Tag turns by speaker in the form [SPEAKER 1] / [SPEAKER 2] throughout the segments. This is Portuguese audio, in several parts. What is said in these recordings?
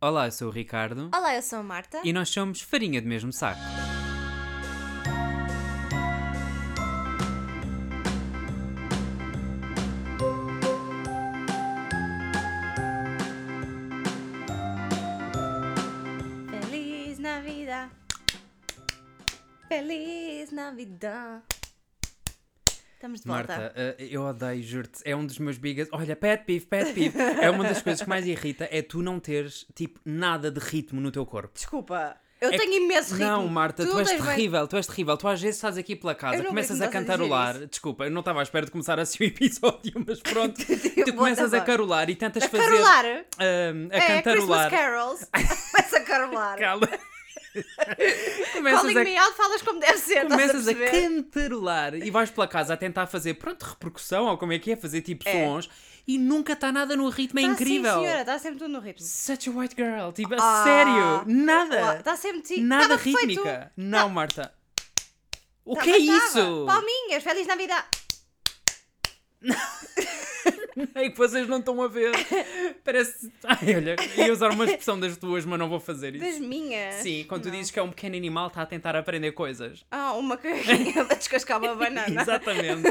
[SPEAKER 1] Olá, eu sou o Ricardo
[SPEAKER 2] Olá, eu sou a Marta.
[SPEAKER 1] e nós somos Farinha do Mesmo Saco.
[SPEAKER 2] Feliz Navidad. Feliz Navidad. Estamos de volta.
[SPEAKER 1] Marta, eh, eu odeio, juro-te, é um dos meus bigas. Olha, pet peeve, pet peeve. É uma das coisas que mais irrita é tu não teres, tipo, nada de ritmo no teu corpo.
[SPEAKER 2] Desculpa. Eu
[SPEAKER 1] É
[SPEAKER 2] tenho
[SPEAKER 1] que-
[SPEAKER 2] imenso ritmo.
[SPEAKER 1] Não, Marta, tu,
[SPEAKER 2] não
[SPEAKER 1] és
[SPEAKER 2] tens bem-
[SPEAKER 1] terrível, tu és terrível. Tu às vezes estás aqui pela
[SPEAKER 2] Eu
[SPEAKER 1] casa,
[SPEAKER 2] não
[SPEAKER 1] começas a
[SPEAKER 2] acredito que estás a dizer
[SPEAKER 1] cantarolar. Desculpa, eu não estava à espera de começar assim o episódio, mas pronto.
[SPEAKER 2] Tipo, What the
[SPEAKER 1] tu começas a
[SPEAKER 2] fuck?
[SPEAKER 1] carolar e tentas
[SPEAKER 2] A
[SPEAKER 1] fazer.
[SPEAKER 2] carolar.
[SPEAKER 1] ahm, a
[SPEAKER 2] É, Christmas
[SPEAKER 1] cantarolar.
[SPEAKER 2] carols. Começa a carolar.
[SPEAKER 1] Cala. começas
[SPEAKER 2] Calling
[SPEAKER 1] a
[SPEAKER 2] me out, falas como deve ser.
[SPEAKER 1] começas a, é
[SPEAKER 2] estás a perceber? Tá
[SPEAKER 1] cantarolar e vais pela casa a tentar fazer, pronto, repercussão ou como é que é, fazer tipo
[SPEAKER 2] É.
[SPEAKER 1] sons e nunca está nada no ritmo, é
[SPEAKER 2] Tá
[SPEAKER 1] incrível.
[SPEAKER 2] Sim, senhora, está sempre tudo no ritmo.
[SPEAKER 1] Such a white girl, tipo, a
[SPEAKER 2] Ah.
[SPEAKER 1] sério, nada,
[SPEAKER 2] Está tá sempre ti-
[SPEAKER 1] nada
[SPEAKER 2] Tava perfeito.
[SPEAKER 1] rítmica. Não, Marta. O
[SPEAKER 2] Tava,
[SPEAKER 1] que é
[SPEAKER 2] tava.
[SPEAKER 1] isso?
[SPEAKER 2] Palminhas, Feliz Navidad.
[SPEAKER 1] É que vocês não estão a ver. Parece. Ai, olha, ia usar uma expressão das tuas, mas não vou fazer
[SPEAKER 2] Das
[SPEAKER 1] isso.
[SPEAKER 2] minhas.
[SPEAKER 1] Sim, quando tu
[SPEAKER 2] Não.
[SPEAKER 1] dizes que é um pequeno animal, está a tentar aprender coisas.
[SPEAKER 2] Ah, uma carrinha para descascar uma banana.
[SPEAKER 1] Exatamente.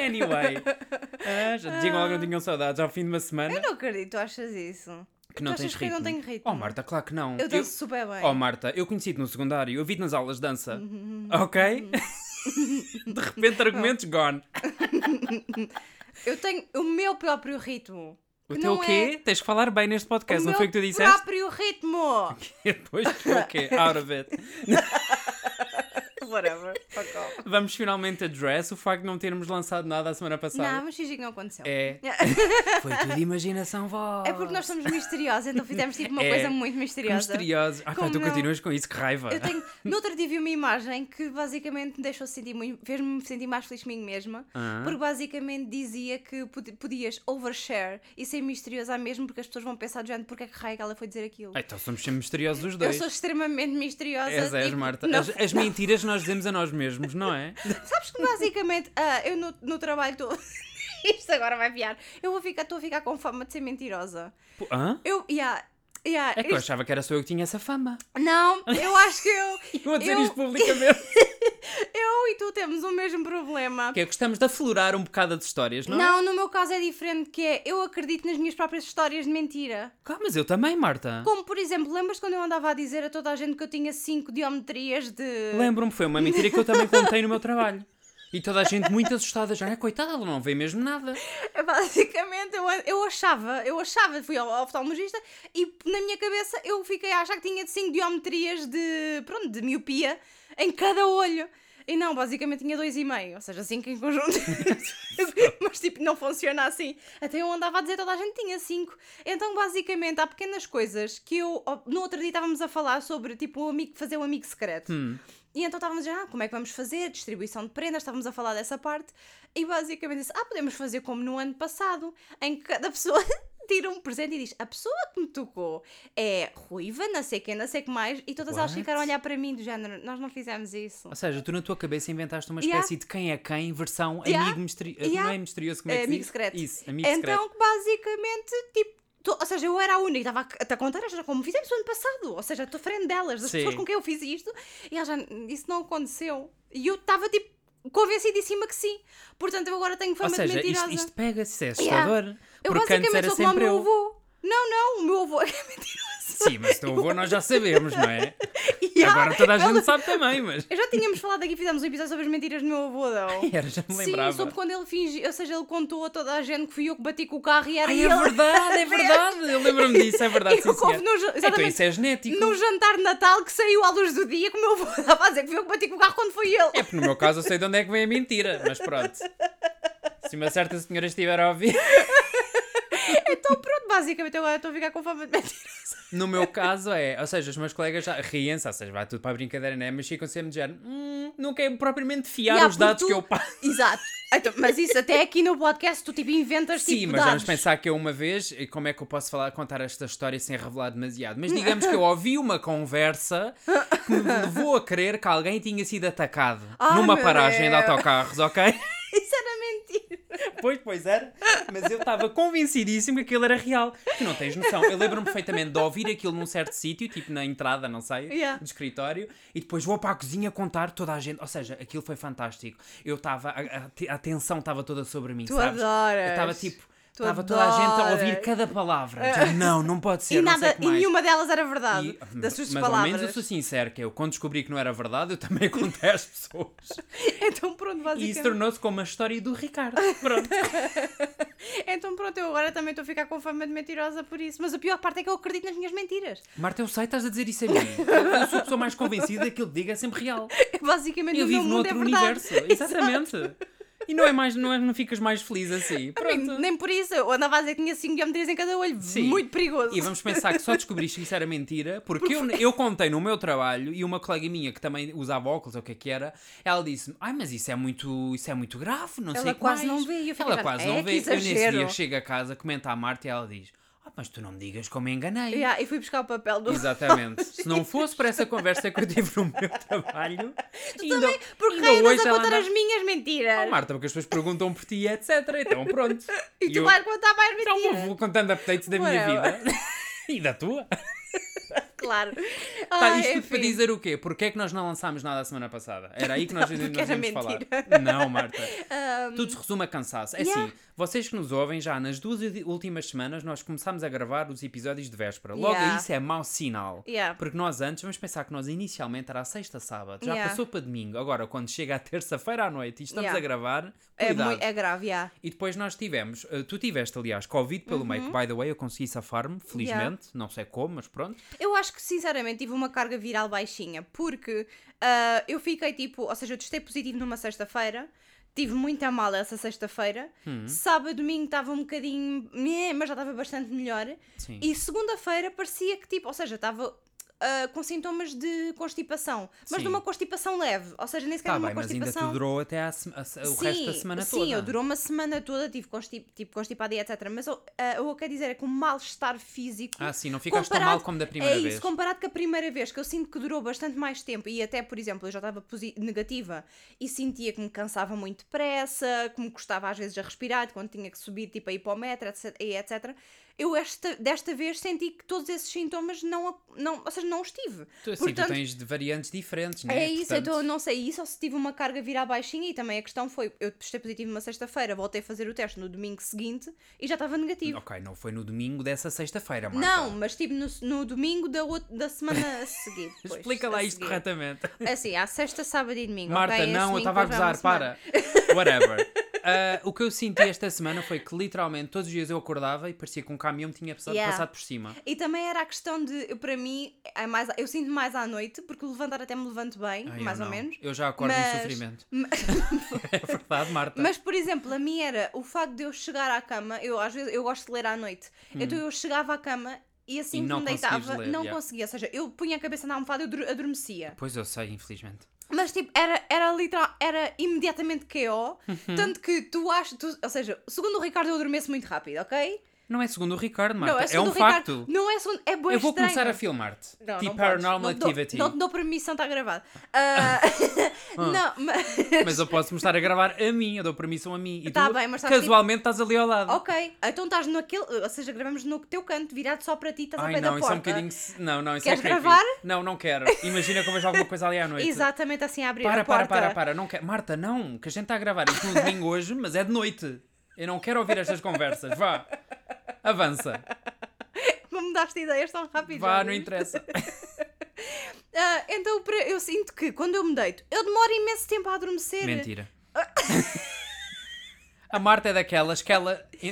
[SPEAKER 1] anyway. Ah, já digam logo que não tinham saudades ao fim de uma semana.
[SPEAKER 2] Eu não acredito, achas isso?
[SPEAKER 1] que não
[SPEAKER 2] tu achas
[SPEAKER 1] tens
[SPEAKER 2] que eu
[SPEAKER 1] ritmo.
[SPEAKER 2] não tenho ritmo?
[SPEAKER 1] Oh, Marta, claro que não.
[SPEAKER 2] Eu danço super bem.
[SPEAKER 1] Oh, Marta, eu conheci-te no secundário, eu vi-te nas aulas de dança.
[SPEAKER 2] Uhum.
[SPEAKER 1] Ok? de repente, argumentos gone.
[SPEAKER 2] Eu tenho o meu próprio ritmo.
[SPEAKER 1] O
[SPEAKER 2] Que
[SPEAKER 1] teu
[SPEAKER 2] não
[SPEAKER 1] quê? Tens que falar bem neste
[SPEAKER 2] É
[SPEAKER 1] podcast,
[SPEAKER 2] o
[SPEAKER 1] não
[SPEAKER 2] meu
[SPEAKER 1] foi o que tu disseste?
[SPEAKER 2] próprio ritmo.
[SPEAKER 1] Depois, ok, out of it.
[SPEAKER 2] Whatever. Fuck off.
[SPEAKER 1] Vamos finalmente address o facto de não termos lançado nada a semana passada.
[SPEAKER 2] Não, mas fingi que não aconteceu.
[SPEAKER 1] É. Foi tudo imaginação vossa.
[SPEAKER 2] É porque nós somos misteriosos, então fizemos tipo uma
[SPEAKER 1] É.
[SPEAKER 2] coisa muito
[SPEAKER 1] Que
[SPEAKER 2] misteriosa.
[SPEAKER 1] misteriosos. Ah, pá,
[SPEAKER 2] Como
[SPEAKER 1] tu
[SPEAKER 2] não?
[SPEAKER 1] continuas com isso, que raiva.
[SPEAKER 2] Eu tenho. No outro dia vi uma imagem que basicamente me deixou sentir muito. fez-me sentir mais feliz comigo mesma.
[SPEAKER 1] Ah.
[SPEAKER 2] Porque basicamente dizia que pod- podias overshare e ser misteriosa mesmo, porque as pessoas vão pensar, Joana, porque é que raio que ela foi dizer aquilo?
[SPEAKER 1] Ah, então somos sempre misteriosos os
[SPEAKER 2] Eu
[SPEAKER 1] dois.
[SPEAKER 2] sou extremamente misteriosa.
[SPEAKER 1] És, és,
[SPEAKER 2] tipo,
[SPEAKER 1] Marta.
[SPEAKER 2] não-
[SPEAKER 1] As, as mentiras nós dizemos a nós mesmos, não é?
[SPEAKER 2] Sabes que basicamente ah, eu no, no trabalho estou. Isto agora vai piar. Eu vou ficar, estou a ficar com fama de ser mentirosa.
[SPEAKER 1] Pô, Hã?
[SPEAKER 2] Eu. Yeah, yeah,
[SPEAKER 1] É que eu
[SPEAKER 2] isto-
[SPEAKER 1] achava que era só eu que tinha essa fama.
[SPEAKER 2] Não, eu acho que eu.
[SPEAKER 1] Eu a dizer
[SPEAKER 2] Eu-
[SPEAKER 1] isto publicamente.
[SPEAKER 2] Eu e tu temos o mesmo problema.
[SPEAKER 1] que é que gostamos de aflorar um bocado as histórias, não, é?
[SPEAKER 2] Não, no meu caso é diferente, que é eu acredito nas minhas próprias histórias de mentira.
[SPEAKER 1] Cá, mas eu também, Marta.
[SPEAKER 2] Como, por exemplo, lembras quando eu andava a dizer a toda a gente que eu tinha 5 diometrias de.
[SPEAKER 1] Lembro-me, foi uma mentira que eu também contei no meu trabalho. E toda a gente muito assustada, já, "Ah, coitada, ela não vê mesmo nada.
[SPEAKER 2] É Basicamente, eu, eu achava, eu achava, fui ao ao oftalmologista e na minha cabeça eu fiquei a achar que tinha 5 diometrias de, pronto, de miopia em cada olho. E não, basicamente tinha dois e meio, ou seja, cinco em conjunto. Mas tipo, não funciona assim. Até eu andava a dizer toda a gente tinha cinco. Então, basicamente, há pequenas coisas que eu. No outro dia estávamos a falar sobre tipo um amigo, fazer um amigo secreto. E então estávamos a dizer, ah, como é que vamos fazer? Distribuição de prendas, estávamos a falar dessa parte. E basicamente disse, ah, podemos fazer como no ano passado, em que cada pessoa tira um presente e diz, a pessoa que me tocou é ruiva, não sei quem, não sei o que mais. E todas elas
[SPEAKER 1] What?
[SPEAKER 2] ficaram a olhar para mim do género, nós não fizemos isso.
[SPEAKER 1] Ou seja, tu na tua cabeça inventaste uma
[SPEAKER 2] Yeah.
[SPEAKER 1] espécie de quem é quem, versão
[SPEAKER 2] Yeah.
[SPEAKER 1] amigo misterioso.
[SPEAKER 2] Yeah.
[SPEAKER 1] Não é misterioso, como é que
[SPEAKER 2] É
[SPEAKER 1] se
[SPEAKER 2] amigo
[SPEAKER 1] diz?
[SPEAKER 2] secreto.
[SPEAKER 1] Isso, amigo secreto.
[SPEAKER 2] então, basicamente, tipo, tu- ou seja, eu era a única, estava a te contar, já como fizemos o ano passado, ou seja, estou frente delas, das
[SPEAKER 1] Sim.
[SPEAKER 2] pessoas com quem eu fiz isto, e elas já, isso não aconteceu. E eu estava, tipo, convencidíssima que sim. Portanto, eu agora tenho
[SPEAKER 1] Ou
[SPEAKER 2] fama de
[SPEAKER 1] seja, isto,
[SPEAKER 2] mentirosa.
[SPEAKER 1] isto pega-se, é
[SPEAKER 2] Yeah.
[SPEAKER 1] assustador.
[SPEAKER 2] eu
[SPEAKER 1] Porque antes
[SPEAKER 2] basicamente
[SPEAKER 1] era
[SPEAKER 2] sou como o
[SPEAKER 1] sempre
[SPEAKER 2] meu
[SPEAKER 1] eu.
[SPEAKER 2] avô. Não, não, o meu avô é mentiroso.
[SPEAKER 1] Sim, mas teu avô nós já sabemos, não é?
[SPEAKER 2] E há-
[SPEAKER 1] Agora toda a
[SPEAKER 2] ela-
[SPEAKER 1] gente sabe também, mas.
[SPEAKER 2] Eu já tínhamos falado aqui, fizemos um episódio sobre as mentiras do meu avô, não?
[SPEAKER 1] Era, já me
[SPEAKER 2] Sim,
[SPEAKER 1] lembrava.
[SPEAKER 2] sobre quando ele fingiu, ou seja, ele contou a toda a gente que fui eu que bati com o carro e era
[SPEAKER 1] Ai,
[SPEAKER 2] ele.
[SPEAKER 1] é verdade, é verdade. Eu lembro-me disso, é verdade.
[SPEAKER 2] Eu
[SPEAKER 1] Sim, senhora.
[SPEAKER 2] confundo- exatamente.
[SPEAKER 1] Então isso é genético.
[SPEAKER 2] num jantar de Natal que saiu à luz do dia, que o meu avô estava a dizer que viu que bati com o carro quando foi ele.
[SPEAKER 1] É porque no meu caso eu sei de onde é que vem a mentira, mas pronto. Se uma certa senhora estiver a ouvir.
[SPEAKER 2] Então pronto, basicamente agora estou a ficar com fama de mentirosa.
[SPEAKER 1] No meu caso é, ou seja, os meus colegas já riem-se, ou seja, vai tudo para a brincadeira, né? Mas ficam sempre de género. Hum, nunca é propriamente fiar
[SPEAKER 2] Yeah,
[SPEAKER 1] os dados
[SPEAKER 2] porque
[SPEAKER 1] que eu
[SPEAKER 2] tu-
[SPEAKER 1] passo.
[SPEAKER 2] Exato. Então, mas isso até aqui no podcast tu tipo inventas
[SPEAKER 1] Sim,
[SPEAKER 2] tipo
[SPEAKER 1] mas
[SPEAKER 2] dados.
[SPEAKER 1] vamos pensar que eu uma vez, e como é que eu posso falar, contar esta história sem revelar demasiado? Mas digamos que eu ouvi uma conversa que me levou a crer que alguém tinha sido atacado
[SPEAKER 2] Ai,
[SPEAKER 1] numa
[SPEAKER 2] meu
[SPEAKER 1] paragem de
[SPEAKER 2] Deus.
[SPEAKER 1] autocarros, ok?
[SPEAKER 2] Isso era mentira.
[SPEAKER 1] depois, pois era, mas eu estava convencidíssimo que aquilo era real. Tu não tens noção. Eu lembro-me perfeitamente de ouvir aquilo num certo sítio, tipo na entrada, não sei,
[SPEAKER 2] Yeah.
[SPEAKER 1] do escritório, e depois vou para a cozinha contar toda a gente. Ou seja, aquilo foi fantástico. Eu estava, a, a, a atenção estava toda sobre mim,
[SPEAKER 2] Tu
[SPEAKER 1] sabes?
[SPEAKER 2] adoras.
[SPEAKER 1] Eu estava tipo,
[SPEAKER 2] Tu
[SPEAKER 1] estava toda a gente a ouvir
[SPEAKER 2] adoras. É.
[SPEAKER 1] cada palavra. Tipo, não, não pode ser,
[SPEAKER 2] E,
[SPEAKER 1] não sei o
[SPEAKER 2] nada,
[SPEAKER 1] que
[SPEAKER 2] e
[SPEAKER 1] mais.
[SPEAKER 2] nenhuma delas era verdade.
[SPEAKER 1] E-
[SPEAKER 2] das suas
[SPEAKER 1] mas ao
[SPEAKER 2] palavras.
[SPEAKER 1] menos eu sou sincero, que eu quando descobri que não era verdade, eu também contei às pessoas.
[SPEAKER 2] Então pronto,
[SPEAKER 1] E isso
[SPEAKER 2] basicamente.
[SPEAKER 1] tornou-se como a história do Ricardo. Pronto.
[SPEAKER 2] Então pronto, eu agora também estou a ficar com fama de mentirosa por isso. Mas a pior parte é que eu acredito nas minhas mentiras.
[SPEAKER 1] Marta, eu sei, estás a dizer isso a mim. Eu sou a pessoa mais convencida que ele diga é sempre real.
[SPEAKER 2] Basicamente,
[SPEAKER 1] Eu
[SPEAKER 2] o meu
[SPEAKER 1] vivo
[SPEAKER 2] mundo
[SPEAKER 1] noutro
[SPEAKER 2] é verdade.
[SPEAKER 1] universo. Exatamente. E não é mais, não, é, não ficas mais feliz assim.
[SPEAKER 2] Amigo,
[SPEAKER 1] Pronto.
[SPEAKER 2] nem por isso. Eu andava a dizer que tinha 5 diametrias em cada olho.
[SPEAKER 1] Sim.
[SPEAKER 2] Muito perigoso.
[SPEAKER 1] E vamos pensar que só descobriste que isso era mentira, porque eu, eu contei no meu trabalho e uma colega minha que também usava óculos, ou o que é que era, ela disse-me: Ai, mas isso é muito, isso é muito grave, não sei
[SPEAKER 2] Ela
[SPEAKER 1] o que
[SPEAKER 2] quase
[SPEAKER 1] mais."
[SPEAKER 2] não vê, e eu fiquei
[SPEAKER 1] Ela
[SPEAKER 2] a pensar,
[SPEAKER 1] quase
[SPEAKER 2] "É,
[SPEAKER 1] não
[SPEAKER 2] que
[SPEAKER 1] vê. Eu nesse
[SPEAKER 2] exagero."
[SPEAKER 1] dia chego a casa, comento à Marta e ela diz: Ah, mas tu não me digas como me enganei.
[SPEAKER 2] Yeah, e fui buscar o papel do.
[SPEAKER 1] Exatamente. Se não fosse por essa conversa que eu tive no meu trabalho, ainda,
[SPEAKER 2] Porque
[SPEAKER 1] ainda
[SPEAKER 2] ainda
[SPEAKER 1] hoje
[SPEAKER 2] a
[SPEAKER 1] ela
[SPEAKER 2] contar
[SPEAKER 1] anda-
[SPEAKER 2] as minhas mentiras.
[SPEAKER 1] Oh, Marta, porque as pessoas perguntam por ti e etc. Então pronto.
[SPEAKER 2] e tu
[SPEAKER 1] eu-
[SPEAKER 2] vais contar mais
[SPEAKER 1] Então
[SPEAKER 2] mentiras.
[SPEAKER 1] eu vou contando updates da minha
[SPEAKER 2] Whatever.
[SPEAKER 1] vida. E da tua?
[SPEAKER 2] Claro.
[SPEAKER 1] Tá,
[SPEAKER 2] Ai,
[SPEAKER 1] isto tudo para
[SPEAKER 2] Ah, enfim.
[SPEAKER 1] dizer o quê? Porquê é que nós não lançámos nada a semana passada? Era aí que nós, nós
[SPEAKER 2] porque
[SPEAKER 1] íamos
[SPEAKER 2] era
[SPEAKER 1] falar.
[SPEAKER 2] mentira.
[SPEAKER 1] Não, Marta.
[SPEAKER 2] Ahm,
[SPEAKER 1] Tudo se resume a cansaço. É
[SPEAKER 2] Yeah.
[SPEAKER 1] assim, vocês que nos ouvem, já nas duas ulti- últimas semanas nós começámos a gravar os episódios de véspera. Logo
[SPEAKER 2] Yeah.
[SPEAKER 1] isso é mau sinal.
[SPEAKER 2] Yeah.
[SPEAKER 1] Porque nós antes, vamos pensar que nós inicialmente era a sexta, sábado, já
[SPEAKER 2] Yeah.
[SPEAKER 1] passou para domingo. Agora, quando chega a terça-feira à noite e estamos
[SPEAKER 2] Yeah.
[SPEAKER 1] a gravar,
[SPEAKER 2] é,
[SPEAKER 1] cuidado.
[SPEAKER 2] muito, é grave, yeah.
[SPEAKER 1] E depois nós tivemos, eh, tu tiveste aliás Covid pelo meio, que
[SPEAKER 2] Uhum.
[SPEAKER 1] by the way eu consegui safar-me, felizmente, não sei como, mas pronto.
[SPEAKER 2] Eu acho que sinceramente tive uma carga viral baixinha, porque ah, eu fiquei tipo, ou seja, eu testei positivo numa sexta-feira, tive muita mala essa sexta-feira,
[SPEAKER 1] Hum.
[SPEAKER 2] sábado e domingo estava um bocadinho, meh, mas já estava bastante melhor,
[SPEAKER 1] Sim.
[SPEAKER 2] e segunda-feira parecia que tipo, ou seja, estava ah, com sintomas de constipação, mas
[SPEAKER 1] Sim.
[SPEAKER 2] de uma constipação leve, ou seja, nem sequer
[SPEAKER 1] Tá
[SPEAKER 2] de uma
[SPEAKER 1] bem, mas ainda
[SPEAKER 2] constipação.
[SPEAKER 1] tu durou até à se- a se- o resto da semana
[SPEAKER 2] sim,
[SPEAKER 1] toda.
[SPEAKER 2] eu durou uma semana toda, tive constip, tipo, constipada e etc. Mas eu, ah, eu quero dizer é que um mal-estar físico.
[SPEAKER 1] Ah, sim, não ficaste tão
[SPEAKER 2] comparado-
[SPEAKER 1] mal como da primeira
[SPEAKER 2] é isso,
[SPEAKER 1] vez.
[SPEAKER 2] comparado com a primeira vez, que eu sinto que durou bastante mais tempo e até, por exemplo, eu já estava posi- negativa e sentia que me cansava muito depressa, que me custava às vezes a respirar, quando tinha que subir, tipo, a ir para o metro, etc. e etc. Eu esta, desta vez senti que todos esses sintomas não, a- não ou seja, não os tive.
[SPEAKER 1] Tu, assim,
[SPEAKER 2] Portanto,
[SPEAKER 1] tu tens de variantes diferentes, não
[SPEAKER 2] é
[SPEAKER 1] é?
[SPEAKER 2] isso,
[SPEAKER 1] Portanto,
[SPEAKER 2] então eu não sei isso, ou se tive uma carga virar baixinha e também a questão foi, eu testei positivo numa sexta-feira, voltei a fazer o teste no domingo seguinte e já estava negativo.
[SPEAKER 1] Ok, não foi no domingo dessa sexta-feira, Marta.
[SPEAKER 2] Não, mas tive no, no domingo da, out- da semana a seguir. pois,
[SPEAKER 1] Explica
[SPEAKER 2] a
[SPEAKER 1] lá isto
[SPEAKER 2] seguir.
[SPEAKER 1] corretamente.
[SPEAKER 2] Assim, à sexta, sábado e domingo.
[SPEAKER 1] Marta,
[SPEAKER 2] ok? Esse
[SPEAKER 1] não, eu
[SPEAKER 2] domingo
[SPEAKER 1] estava a
[SPEAKER 2] depois vai uma
[SPEAKER 1] gozar, para. Whatever. Ah, o que eu senti esta semana foi que literalmente todos os dias eu acordava e parecia que um caminhão me tinha passado,
[SPEAKER 2] Yeah.
[SPEAKER 1] passado por cima.
[SPEAKER 2] semana. E também era a questão de, eu, para mim, é mais, eu sinto mais à noite, porque levantar até me levanto bem,
[SPEAKER 1] Ai, eu
[SPEAKER 2] Hum, mais ou
[SPEAKER 1] não.
[SPEAKER 2] menos.
[SPEAKER 1] Eu já acordo em
[SPEAKER 2] Mas-
[SPEAKER 1] sofrimento.
[SPEAKER 2] ma-
[SPEAKER 1] é verdade, Marta.
[SPEAKER 2] Mas, por exemplo, a minha era o facto de eu chegar à cama, eu às vezes eu gosto de ler à noite, então eu chegava à cama e assim
[SPEAKER 1] Hum. E
[SPEAKER 2] que
[SPEAKER 1] não
[SPEAKER 2] me
[SPEAKER 1] conseguias
[SPEAKER 2] deitava,
[SPEAKER 1] ler,
[SPEAKER 2] não
[SPEAKER 1] yeah.
[SPEAKER 2] conseguia, ou seja, eu punha a cabeça na almofada e eu dur- adormecia.
[SPEAKER 1] Pois eu sei, infelizmente.
[SPEAKER 2] Mas tipo, era, era literal, era imediatamente KO.
[SPEAKER 1] Uhum.
[SPEAKER 2] Tanto que tu achas, tu- ou seja, segundo o Ricardo, eu adormeço muito rápido, ok?
[SPEAKER 1] Não é segundo o Ricardo, Marta. é
[SPEAKER 2] segundo
[SPEAKER 1] um
[SPEAKER 2] o Ricardo,
[SPEAKER 1] facto.
[SPEAKER 2] Não é segundo, é boa
[SPEAKER 1] Eu vou começar a filmar-te.
[SPEAKER 2] não,
[SPEAKER 1] tipo
[SPEAKER 2] não podes.
[SPEAKER 1] Paranormal
[SPEAKER 2] Não te dou-
[SPEAKER 1] Activity.
[SPEAKER 2] Não te dou permissão, está gravado. Ah, não, mas.
[SPEAKER 1] Mas eu posso mostrar a gravar a mim, eu dou permissão a mim. E
[SPEAKER 2] Tá
[SPEAKER 1] tu,
[SPEAKER 2] bem, mas sabes que-
[SPEAKER 1] casualmente estás ali ao lado.
[SPEAKER 2] Ok, então estás naquele. Ou seja, gravamos no teu canto, virado só para ti, estás ao
[SPEAKER 1] Ai
[SPEAKER 2] pé
[SPEAKER 1] não,
[SPEAKER 2] da
[SPEAKER 1] isso
[SPEAKER 2] porta.
[SPEAKER 1] é um bocadinho. se- Não, não, isso
[SPEAKER 2] Queres
[SPEAKER 1] é creepy.
[SPEAKER 2] gravar?
[SPEAKER 1] Não, não quero. Imagina que eu vejo alguma coisa ali à noite.
[SPEAKER 2] Exatamente assim a abrir
[SPEAKER 1] Para,
[SPEAKER 2] a
[SPEAKER 1] para,
[SPEAKER 2] porta.
[SPEAKER 1] para, para. Não quero. Marta, não, que a gente está a gravar isto no domingo hoje, mas é de noite. Eu não quero ouvir estas conversas. Vá. Avança.
[SPEAKER 2] Não me daste ideias tão rápido. já
[SPEAKER 1] Vá, não
[SPEAKER 2] viste?
[SPEAKER 1] interessa.
[SPEAKER 2] Ah, então para- eu sinto que quando eu me deito, eu demoro imenso tempo a adormecer.
[SPEAKER 1] Mentira. A Marta é daquelas que ela.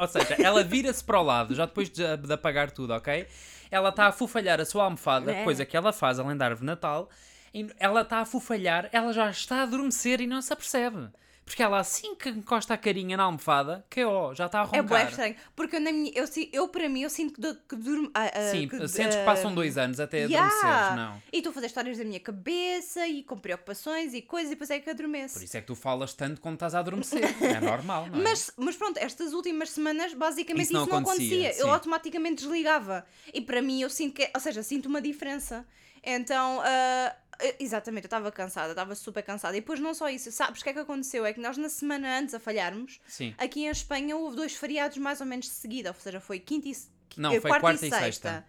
[SPEAKER 1] Ou seja, ela vira-se para o lado, já depois de, de apagar tudo, ok? Ela está a fofalhar a sua almofada,
[SPEAKER 2] É.
[SPEAKER 1] coisa que ela faz além da árvore de Natal. E ela está a fofalhar, ela já está a adormecer e não se apercebe. Porque ela, assim que encosta a carinha na almofada, que ó, já está a
[SPEAKER 2] É bué
[SPEAKER 1] roncar.
[SPEAKER 2] estranho. Porque eu, na minha, eu, si- eu, para mim, eu sinto que, do- que durmo. ah, ah,
[SPEAKER 1] Sim,
[SPEAKER 2] que,
[SPEAKER 1] sentes que
[SPEAKER 2] ah,
[SPEAKER 1] passam dois anos até
[SPEAKER 2] yeah.
[SPEAKER 1] adormeceres, não.
[SPEAKER 2] E estou a fazer histórias da minha cabeça e com preocupações e coisas e depois é que adormeço.
[SPEAKER 1] Por isso é que tu falas tanto quando estás a adormecer. É normal, não é?
[SPEAKER 2] Mas, mas pronto, estas últimas semanas basicamente
[SPEAKER 1] Isso
[SPEAKER 2] isso,
[SPEAKER 1] não
[SPEAKER 2] não
[SPEAKER 1] acontecia,
[SPEAKER 2] acontecia.
[SPEAKER 1] sim.
[SPEAKER 2] Eu automaticamente desligava. E para mim eu sinto que, é- ou seja, sinto uma diferença Então, ah, eh, exatamente, eu estava cansada, estava super cansada. E depois não só isso, sabes o que é que aconteceu? É que nós na semana antes a falharmos,
[SPEAKER 1] Sim.
[SPEAKER 2] aqui em Espanha houve dois feriados mais ou menos de seguida, ou seja, foi quinta e se-
[SPEAKER 1] Não,
[SPEAKER 2] eh,
[SPEAKER 1] foi quarta e sexta.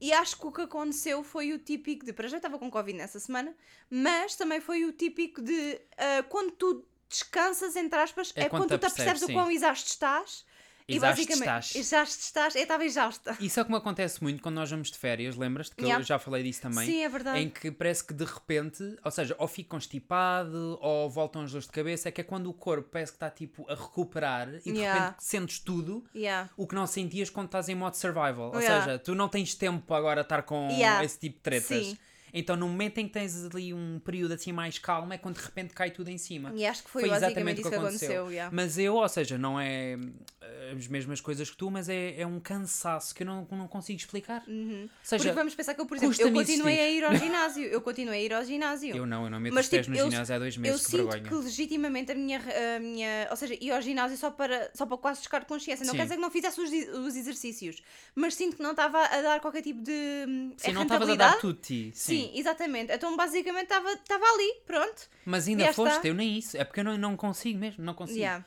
[SPEAKER 2] E acho que o que aconteceu foi o típico de. Para já estava com Covid nessa semana, mas também foi o típico de ah, quando tu descansas, entre aspas,
[SPEAKER 1] É
[SPEAKER 2] é,
[SPEAKER 1] quando
[SPEAKER 2] quando,
[SPEAKER 1] te
[SPEAKER 2] tu te apercebes
[SPEAKER 1] apercebes,
[SPEAKER 2] do quão exausto estás.
[SPEAKER 1] Exausto
[SPEAKER 2] e basicamente,
[SPEAKER 1] estás.
[SPEAKER 2] Exausto estás. Eu estava exausta.
[SPEAKER 1] Isso é como acontece muito quando nós vamos de férias, lembras-te que eu
[SPEAKER 2] Yeah.
[SPEAKER 1] já falei disso também?
[SPEAKER 2] Sim, é verdade.
[SPEAKER 1] Em que parece que de repente, ou seja, ou fico constipado, ou voltam as dores de cabeça, é que é quando o corpo parece que está tipo a recuperar e de
[SPEAKER 2] Yeah.
[SPEAKER 1] repente sentes tudo
[SPEAKER 2] Yeah.
[SPEAKER 1] o que não sentias quando estás em modo survival. Ou
[SPEAKER 2] Yeah.
[SPEAKER 1] seja, tu não tens tempo para agora estar com
[SPEAKER 2] Yeah.
[SPEAKER 1] esse tipo de tretas.
[SPEAKER 2] Sim.
[SPEAKER 1] Então, no momento em que tens ali um período assim mais calmo, é quando de repente cai tudo em cima.
[SPEAKER 2] E acho que foi, basicamente isso que aconteceu. yeah.
[SPEAKER 1] Mas eu, ou seja, não é eh, as mesmas coisas que tu, mas é, é um cansaço que eu não, não consigo explicar. Ou
[SPEAKER 2] Uhum. Porque
[SPEAKER 1] seja,
[SPEAKER 2] vamos pensar que eu, por exemplo, eu
[SPEAKER 1] custa-me
[SPEAKER 2] continuei
[SPEAKER 1] existir.
[SPEAKER 2] a ir ao ginásio. Eu continuei a ir ao ginásio.
[SPEAKER 1] eu não, eu não meto
[SPEAKER 2] Mas,
[SPEAKER 1] os pés
[SPEAKER 2] tipo,
[SPEAKER 1] no
[SPEAKER 2] eu-
[SPEAKER 1] ginásio há dois
[SPEAKER 2] Eu
[SPEAKER 1] meses, que
[SPEAKER 2] sinto
[SPEAKER 1] vergonha.
[SPEAKER 2] que legitimamente a minha, a minha. Ou seja, ia ao ginásio só para, só para quase buscar consciência. Não
[SPEAKER 1] Sim.
[SPEAKER 2] quer dizer que não fizesse os, os exercícios, mas sinto que não estava a dar qualquer tipo de. hum,
[SPEAKER 1] Sim, não estavas a
[SPEAKER 2] rentabilidade.
[SPEAKER 1] dar tudo de ti. Sim.
[SPEAKER 2] Sim. exatamente. Então, basicamente, estava estava ali, pronto.
[SPEAKER 1] Mas ainda
[SPEAKER 2] Já
[SPEAKER 1] foste,
[SPEAKER 2] está.
[SPEAKER 1] eu nem isso. É porque eu não, não consigo mesmo, não consigo.
[SPEAKER 2] Yeah.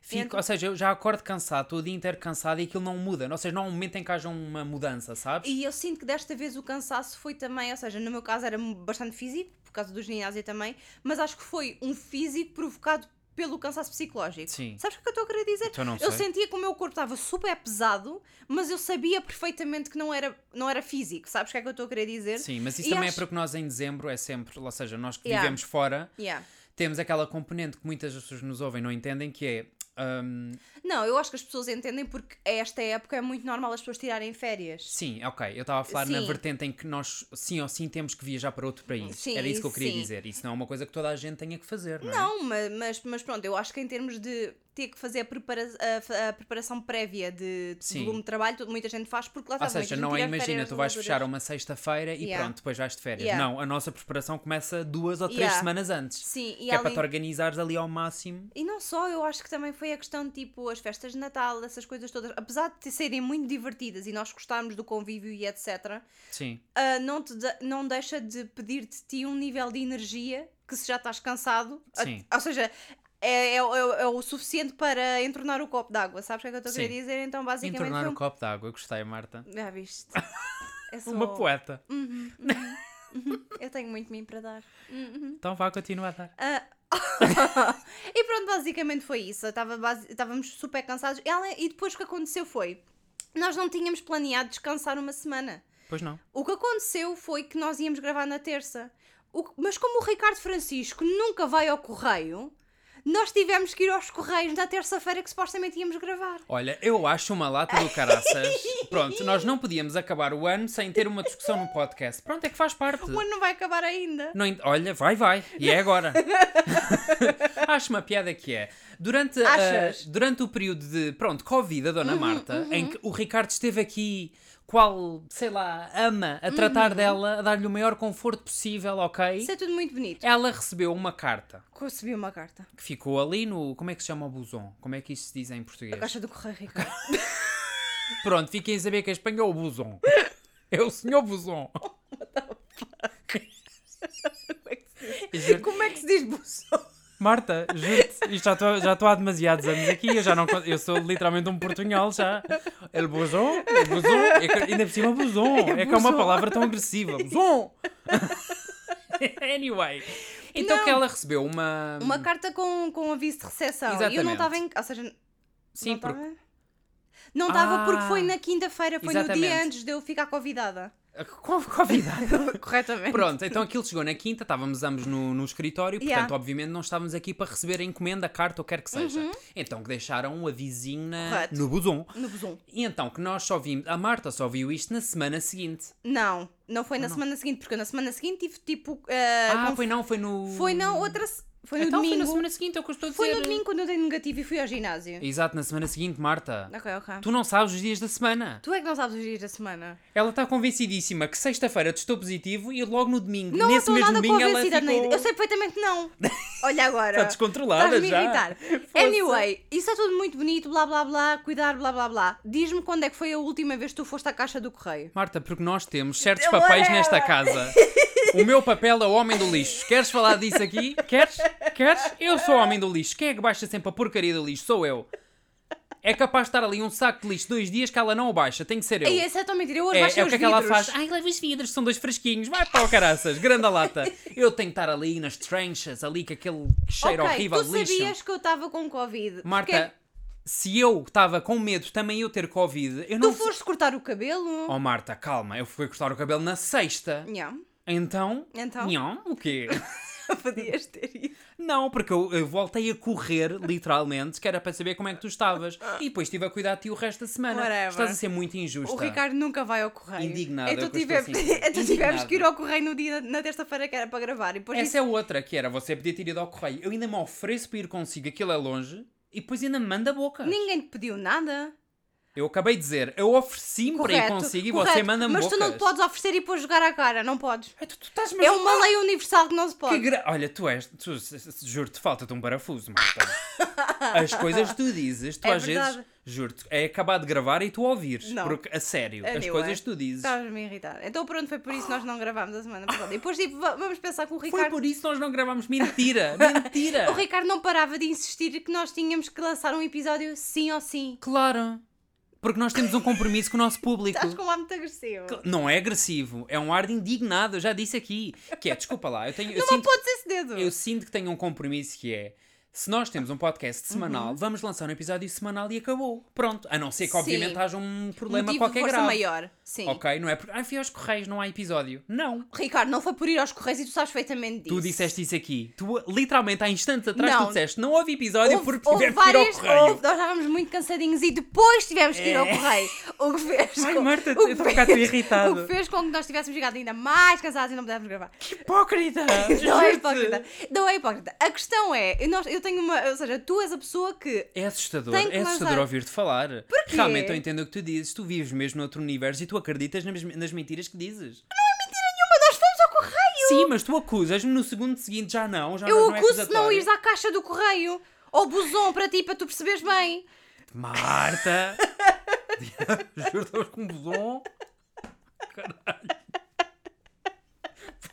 [SPEAKER 1] Fico,
[SPEAKER 2] Então-
[SPEAKER 1] Ou seja, eu já acordo cansado, estou o dia inteiro cansado e aquilo não muda. Ou seja, não há um momento em que haja uma mudança, sabes?
[SPEAKER 2] E eu sinto que desta vez o cansaço foi também, ou seja, no meu caso era bastante físico, por causa do ginásio também, mas acho que foi um físico provocado pelo cansaço psicológico.
[SPEAKER 1] Sim.
[SPEAKER 2] Sabes o que é que eu estou a querer dizer?
[SPEAKER 1] Então não
[SPEAKER 2] eu
[SPEAKER 1] sei.
[SPEAKER 2] sentia que o meu corpo estava super pesado, mas eu sabia perfeitamente que não era, não era físico. Sabes o que é que eu estou a querer dizer?
[SPEAKER 1] Sim, mas isso
[SPEAKER 2] E
[SPEAKER 1] também é
[SPEAKER 2] acho-
[SPEAKER 1] porque nós em dezembro é sempre, ou seja, nós que
[SPEAKER 2] Yeah.
[SPEAKER 1] vivemos fora,
[SPEAKER 2] Yeah.
[SPEAKER 1] temos aquela componente que muitas das pessoas que nos ouvem não entendem, que é hum,
[SPEAKER 2] Não, eu acho que as pessoas entendem porque a esta época é muito normal as pessoas tirarem férias.
[SPEAKER 1] Sim, ok. Eu estava a falar na
[SPEAKER 2] Sim.
[SPEAKER 1] vertente em que nós, sim ou sim, temos que viajar para outro país.
[SPEAKER 2] Sim,
[SPEAKER 1] Era isso que eu queria
[SPEAKER 2] sim.
[SPEAKER 1] dizer. Isso não é uma coisa que toda a gente tenha que fazer, não, é?
[SPEAKER 2] Não, ma- mas, mas pronto, eu acho que em termos de ter que fazer a, prepara a fa- a preparação prévia de de
[SPEAKER 1] Sim.
[SPEAKER 2] volume de trabalho, tudo- muita gente faz porque lá está
[SPEAKER 1] Ou seja, não é imagina, tu vais fechar uma sexta-feira e
[SPEAKER 2] Yeah.
[SPEAKER 1] pronto, depois vais de férias.
[SPEAKER 2] Yeah.
[SPEAKER 1] Não, a nossa preparação começa duas ou três
[SPEAKER 2] Yeah.
[SPEAKER 1] semanas antes.
[SPEAKER 2] Sim, e,
[SPEAKER 1] que é para
[SPEAKER 2] além-
[SPEAKER 1] te organizares ali ao máximo.
[SPEAKER 2] e não só, eu acho que também foi a questão de tipo as festas de Natal, essas coisas todas, apesar de te serem muito divertidas e nós gostarmos do convívio e etc.,
[SPEAKER 1] Sim.
[SPEAKER 2] ah, não, te de- não deixa de pedir de ti um nível de energia que se já estás cansado, a-
[SPEAKER 1] Sim.
[SPEAKER 2] ou seja. É, é, é o- é o suficiente para entornar o copo d'água, sabes o que é que eu estou a querer
[SPEAKER 1] Sim.
[SPEAKER 2] dizer? Então, basicamente,
[SPEAKER 1] Entornar
[SPEAKER 2] foi
[SPEAKER 1] um copo d'água. Eu gostei, Marta.
[SPEAKER 2] Já viste? É só-
[SPEAKER 1] Uma poeta.
[SPEAKER 2] Eu tenho muito mim para dar.
[SPEAKER 1] Então vá, continua a
[SPEAKER 2] Ah.
[SPEAKER 1] dar.
[SPEAKER 2] E pronto, basicamente foi isso. Eu tava basi- Estávamos super cansados. Ela... E depois o que aconteceu foi: nós não tínhamos planeado descansar uma semana.
[SPEAKER 1] Pois não.
[SPEAKER 2] O que aconteceu foi que nós íamos gravar na terça. O que- Mas como o Ricardo Francisco nunca vai ao correio, nós tivemos que ir aos correios na terça-feira que supostamente íamos gravar.
[SPEAKER 1] Olha, eu acho uma lata do caraças. Pronto, nós não podíamos acabar o ano sem ter uma discussão no podcast. Pronto, é que faz parte.
[SPEAKER 2] O ano não vai acabar ainda.
[SPEAKER 1] Não ent- Olha, vai, vai. E é agora. Acho uma piada que é. Durante, ah,
[SPEAKER 2] Achas?
[SPEAKER 1] durante o período de, pronto, Covid, a Dona Marta, em que o Ricardo esteve aqui, qual, sei lá, ama, a tratar dela, a dar-lhe o maior conforto possível, ok?
[SPEAKER 2] Isso é tudo muito bonito.
[SPEAKER 1] Ela recebeu uma carta
[SPEAKER 2] Recebi uma carta.
[SPEAKER 1] que ficou ali no. Como é que se chama o buzão? Como é que isto se diz em português?
[SPEAKER 2] Caixa do correio, Ricardo.
[SPEAKER 1] Pronto, fiquem a saber que em Espanha é o buzão. É o senhor buzão. Juro-
[SPEAKER 2] Como é que se diz buçom?
[SPEAKER 1] Marta, juro-te, isto já estou já estou há demasiados anos aqui, eu já não con- eu sou literalmente um portunhol já. El buzão, el buzão, é que- ainda por cima buzão, é que é uma
[SPEAKER 2] buzão.
[SPEAKER 1] palavra tão agressiva, buzão. anyway, então
[SPEAKER 2] Não.
[SPEAKER 1] que ela recebeu uma... hum,
[SPEAKER 2] Uma carta com, com aviso de recessão. E eu
[SPEAKER 1] Exatamente.
[SPEAKER 2] não estava em. Ou seja,
[SPEAKER 1] Sim,
[SPEAKER 2] não tá
[SPEAKER 1] porque-
[SPEAKER 2] estava. Não estava
[SPEAKER 1] Ah,
[SPEAKER 2] porque foi na quinta-feira, foi no dia
[SPEAKER 1] exatamente.
[SPEAKER 2] antes de eu ficar convidada.
[SPEAKER 1] co- convidada.
[SPEAKER 2] Corretamente.
[SPEAKER 1] Pronto, então aquilo chegou na quinta, estávamos ambos no, no escritório, portanto,
[SPEAKER 2] Yeah.
[SPEAKER 1] obviamente, não estávamos aqui para receber a encomenda, carta ou quer que seja. Então que deixaram um avisinho na-
[SPEAKER 2] Uhum. Correto.
[SPEAKER 1] no buzão.
[SPEAKER 2] No buzão.
[SPEAKER 1] E então que nós só vimos, a Marta só viu isto na semana seguinte.
[SPEAKER 2] Não, não foi na semana seguinte, porque eu na semana seguinte tive tipo. eh,
[SPEAKER 1] Ah,
[SPEAKER 2] conf-
[SPEAKER 1] foi não, foi no.
[SPEAKER 2] foi na outra. se- Foi no
[SPEAKER 1] então foi
[SPEAKER 2] domingo.
[SPEAKER 1] na semana seguinte, é o que eu estou a dizer.
[SPEAKER 2] Foi no domingo quando eu dei negativo e fui ao ginásio.
[SPEAKER 1] Exato, na semana seguinte, Marta.
[SPEAKER 2] Ok, ok. Tu...
[SPEAKER 1] Tu não sabes os dias da semana.
[SPEAKER 2] é que não sabes os dias da semana.
[SPEAKER 1] Ela está convencidíssima que sexta-feira testou positivo e logo no domingo,
[SPEAKER 2] Não
[SPEAKER 1] nesse
[SPEAKER 2] estou
[SPEAKER 1] mesmo
[SPEAKER 2] nada
[SPEAKER 1] domingo, ela
[SPEAKER 2] convencida,
[SPEAKER 1] ficou...
[SPEAKER 2] Neide. Eu sei perfeitamente que não. Olha agora.
[SPEAKER 1] Está Tá descontrolada
[SPEAKER 2] Estás-me
[SPEAKER 1] já.
[SPEAKER 2] a irritar.
[SPEAKER 1] Força.
[SPEAKER 2] Anyway, isso é tudo muito bonito, blá blá blá, cuidar, blá blá blá. Diz-me quando é que foi a última vez que tu foste à caixa do correio.
[SPEAKER 1] Marta, porque nós temos certos
[SPEAKER 2] Eu
[SPEAKER 1] papéis
[SPEAKER 2] adoro
[SPEAKER 1] nesta
[SPEAKER 2] ela.
[SPEAKER 1] casa. O meu papel é o homem do lixo. Queres falar disso aqui? Queres? Queres? Eu sou o homem do lixo. Quem é que baixa sempre a porcaria do lixo? Sou eu. É capaz de estar ali um saco de lixo dois dias que ela não o baixa. Tem que ser eu.
[SPEAKER 2] Ei, essa é tão mentira, eu hoje
[SPEAKER 1] É,
[SPEAKER 2] baixei
[SPEAKER 1] é o
[SPEAKER 2] os
[SPEAKER 1] que é que ela
[SPEAKER 2] vidros.
[SPEAKER 1] faz? Ai, leva os vidros, são dois fresquinhos, vai para o caraças, grande lata. Eu tenho que estar ali nas tranchas, ali com aquele cheiro
[SPEAKER 2] Ok,
[SPEAKER 1] horrível de
[SPEAKER 2] tu
[SPEAKER 1] lixo.
[SPEAKER 2] sabias é- que eu estava com Covid.
[SPEAKER 1] Marta,
[SPEAKER 2] Porque
[SPEAKER 1] se eu estava com medo também eu ter Covid, eu não.
[SPEAKER 2] tu foste cortar o cabelo?
[SPEAKER 1] Oh, Marta, calma, eu fui cortar o cabelo na sexta.
[SPEAKER 2] Não,
[SPEAKER 1] Então.
[SPEAKER 2] Então?
[SPEAKER 1] Nham, o quê?
[SPEAKER 2] podias ter ido.
[SPEAKER 1] Não, porque eu, eu voltei a correr, literalmente, que era para saber como é que tu estavas. E depois estive a cuidar de ti o resto da semana.
[SPEAKER 2] Whatever.
[SPEAKER 1] Estás a ser muito injusta.
[SPEAKER 2] O Ricardo nunca vai ao correio.
[SPEAKER 1] Indignada
[SPEAKER 2] Então,
[SPEAKER 1] com as
[SPEAKER 2] tive-
[SPEAKER 1] tuas cinzas.
[SPEAKER 2] então tivemos
[SPEAKER 1] Indignada.
[SPEAKER 2] que ir ao correio no dia, na terça-feira que era para gravar. E depois
[SPEAKER 1] Essa
[SPEAKER 2] disse,
[SPEAKER 1] é outra, que era você podia ter ido ao correio. Eu ainda me ofereço para ir consigo, aquilo é longe, e depois ainda me manda boca.
[SPEAKER 2] ninguém te pediu nada.
[SPEAKER 1] Eu acabei de dizer, eu ofereci-me para ir
[SPEAKER 2] Correto,
[SPEAKER 1] consigo e
[SPEAKER 2] correto.
[SPEAKER 1] você manda-me
[SPEAKER 2] Mas
[SPEAKER 1] bocas.
[SPEAKER 2] tu não te podes oferecer e depois jogar à cara, não podes.
[SPEAKER 1] Ai, tu, tu estás
[SPEAKER 2] É
[SPEAKER 1] mesmo...
[SPEAKER 2] uma lei universal que não se
[SPEAKER 1] Que
[SPEAKER 2] pode.
[SPEAKER 1] gra- Olha, tu és... Tu, s- s- juro-te, falta-te um parafuso, Marta. As coisas que tu dizes, tu
[SPEAKER 2] É
[SPEAKER 1] às vezes...
[SPEAKER 2] verdade.
[SPEAKER 1] Juro-te, é acabar de gravar e tu ouvires.
[SPEAKER 2] Não. É
[SPEAKER 1] Porque, a sério, as
[SPEAKER 2] Anyway,
[SPEAKER 1] coisas que tu dizes...
[SPEAKER 2] Estás-me a irritar. Então pronto, foi por isso que nós não gravámos a semana passada. E depois tipo, va- vamos pensar que o
[SPEAKER 1] Foi
[SPEAKER 2] Ricardo.
[SPEAKER 1] por isso que nós não gravámos. Mentira! Mentira!
[SPEAKER 2] O Ricardo não parava de insistir que nós tínhamos que lançar um episódio sim ou sim.
[SPEAKER 1] Claro! Porque nós temos um compromisso com o nosso público.
[SPEAKER 2] Estás com um ar muito agressivo.
[SPEAKER 1] Tipo, Que Não é agressivo, é um ar de indignado, eu já disse aqui. Que é, desculpa lá, eu, tenho, eu,
[SPEAKER 2] Não me
[SPEAKER 1] sinto,
[SPEAKER 2] podes esse dedo.
[SPEAKER 1] tipo, eu sinto que tenho um compromisso que é. Se nós temos um podcast semanal, vamos lançar um episódio semanal e acabou. Pronto. A não ser que,
[SPEAKER 2] Uhum. Sim.
[SPEAKER 1] obviamente, haja um problema
[SPEAKER 2] Motivo de
[SPEAKER 1] qualquer
[SPEAKER 2] força
[SPEAKER 1] grave.
[SPEAKER 2] maior. Sim.
[SPEAKER 1] Ok? Não é porque. Ai, fui aos correios, não há episódio. Não.
[SPEAKER 2] Ricardo, não foi por ir aos correios e tu sabes perfeitamente disso.
[SPEAKER 1] Tu disseste isso aqui. Tu, literalmente, há instantes atrás,
[SPEAKER 2] Não.
[SPEAKER 1] tu disseste não houve episódio
[SPEAKER 2] Houve-
[SPEAKER 1] porque
[SPEAKER 2] houve
[SPEAKER 1] tivemos que ir ao
[SPEAKER 2] várias-
[SPEAKER 1] correio.
[SPEAKER 2] houve- nós estávamos muito cansadinhos e depois tivemos que ir ao
[SPEAKER 1] É.
[SPEAKER 2] correio. O que fez.
[SPEAKER 1] Ai,
[SPEAKER 2] com-
[SPEAKER 1] Marta,
[SPEAKER 2] o
[SPEAKER 1] eu um
[SPEAKER 2] que
[SPEAKER 1] estou a ficar tão
[SPEAKER 2] fez-
[SPEAKER 1] irritado.
[SPEAKER 2] O que fez com que nós tivéssemos ficado ainda mais cansados e não pudéssemos gravar.
[SPEAKER 1] Hipócrita!
[SPEAKER 2] Não é
[SPEAKER 1] Juro-te.
[SPEAKER 2] hipócrita. Não é hipócrita. A questão é, eu, nós- eu tenho uma. Ou seja, tu és a pessoa que.
[SPEAKER 1] É assustador,
[SPEAKER 2] Tenho que
[SPEAKER 1] é assustador
[SPEAKER 2] lançar.
[SPEAKER 1] ouvir-te falar. Porque realmente eu entendo o que tu dizes, tu vives mesmo noutro universo e tu acreditas nas, nas mentiras que dizes.
[SPEAKER 2] Mas nós fomos ao correio!
[SPEAKER 1] Sim, mas tu acusas-me no segundo seguinte, já não, já
[SPEAKER 2] Eu
[SPEAKER 1] não,
[SPEAKER 2] acuso
[SPEAKER 1] é
[SPEAKER 2] de não
[SPEAKER 1] acusatório.
[SPEAKER 2] ires à caixa do correio. Ou buzão para ti, para tu perceberes bem.
[SPEAKER 1] Marta! Juro-te com um buzão. Caralho.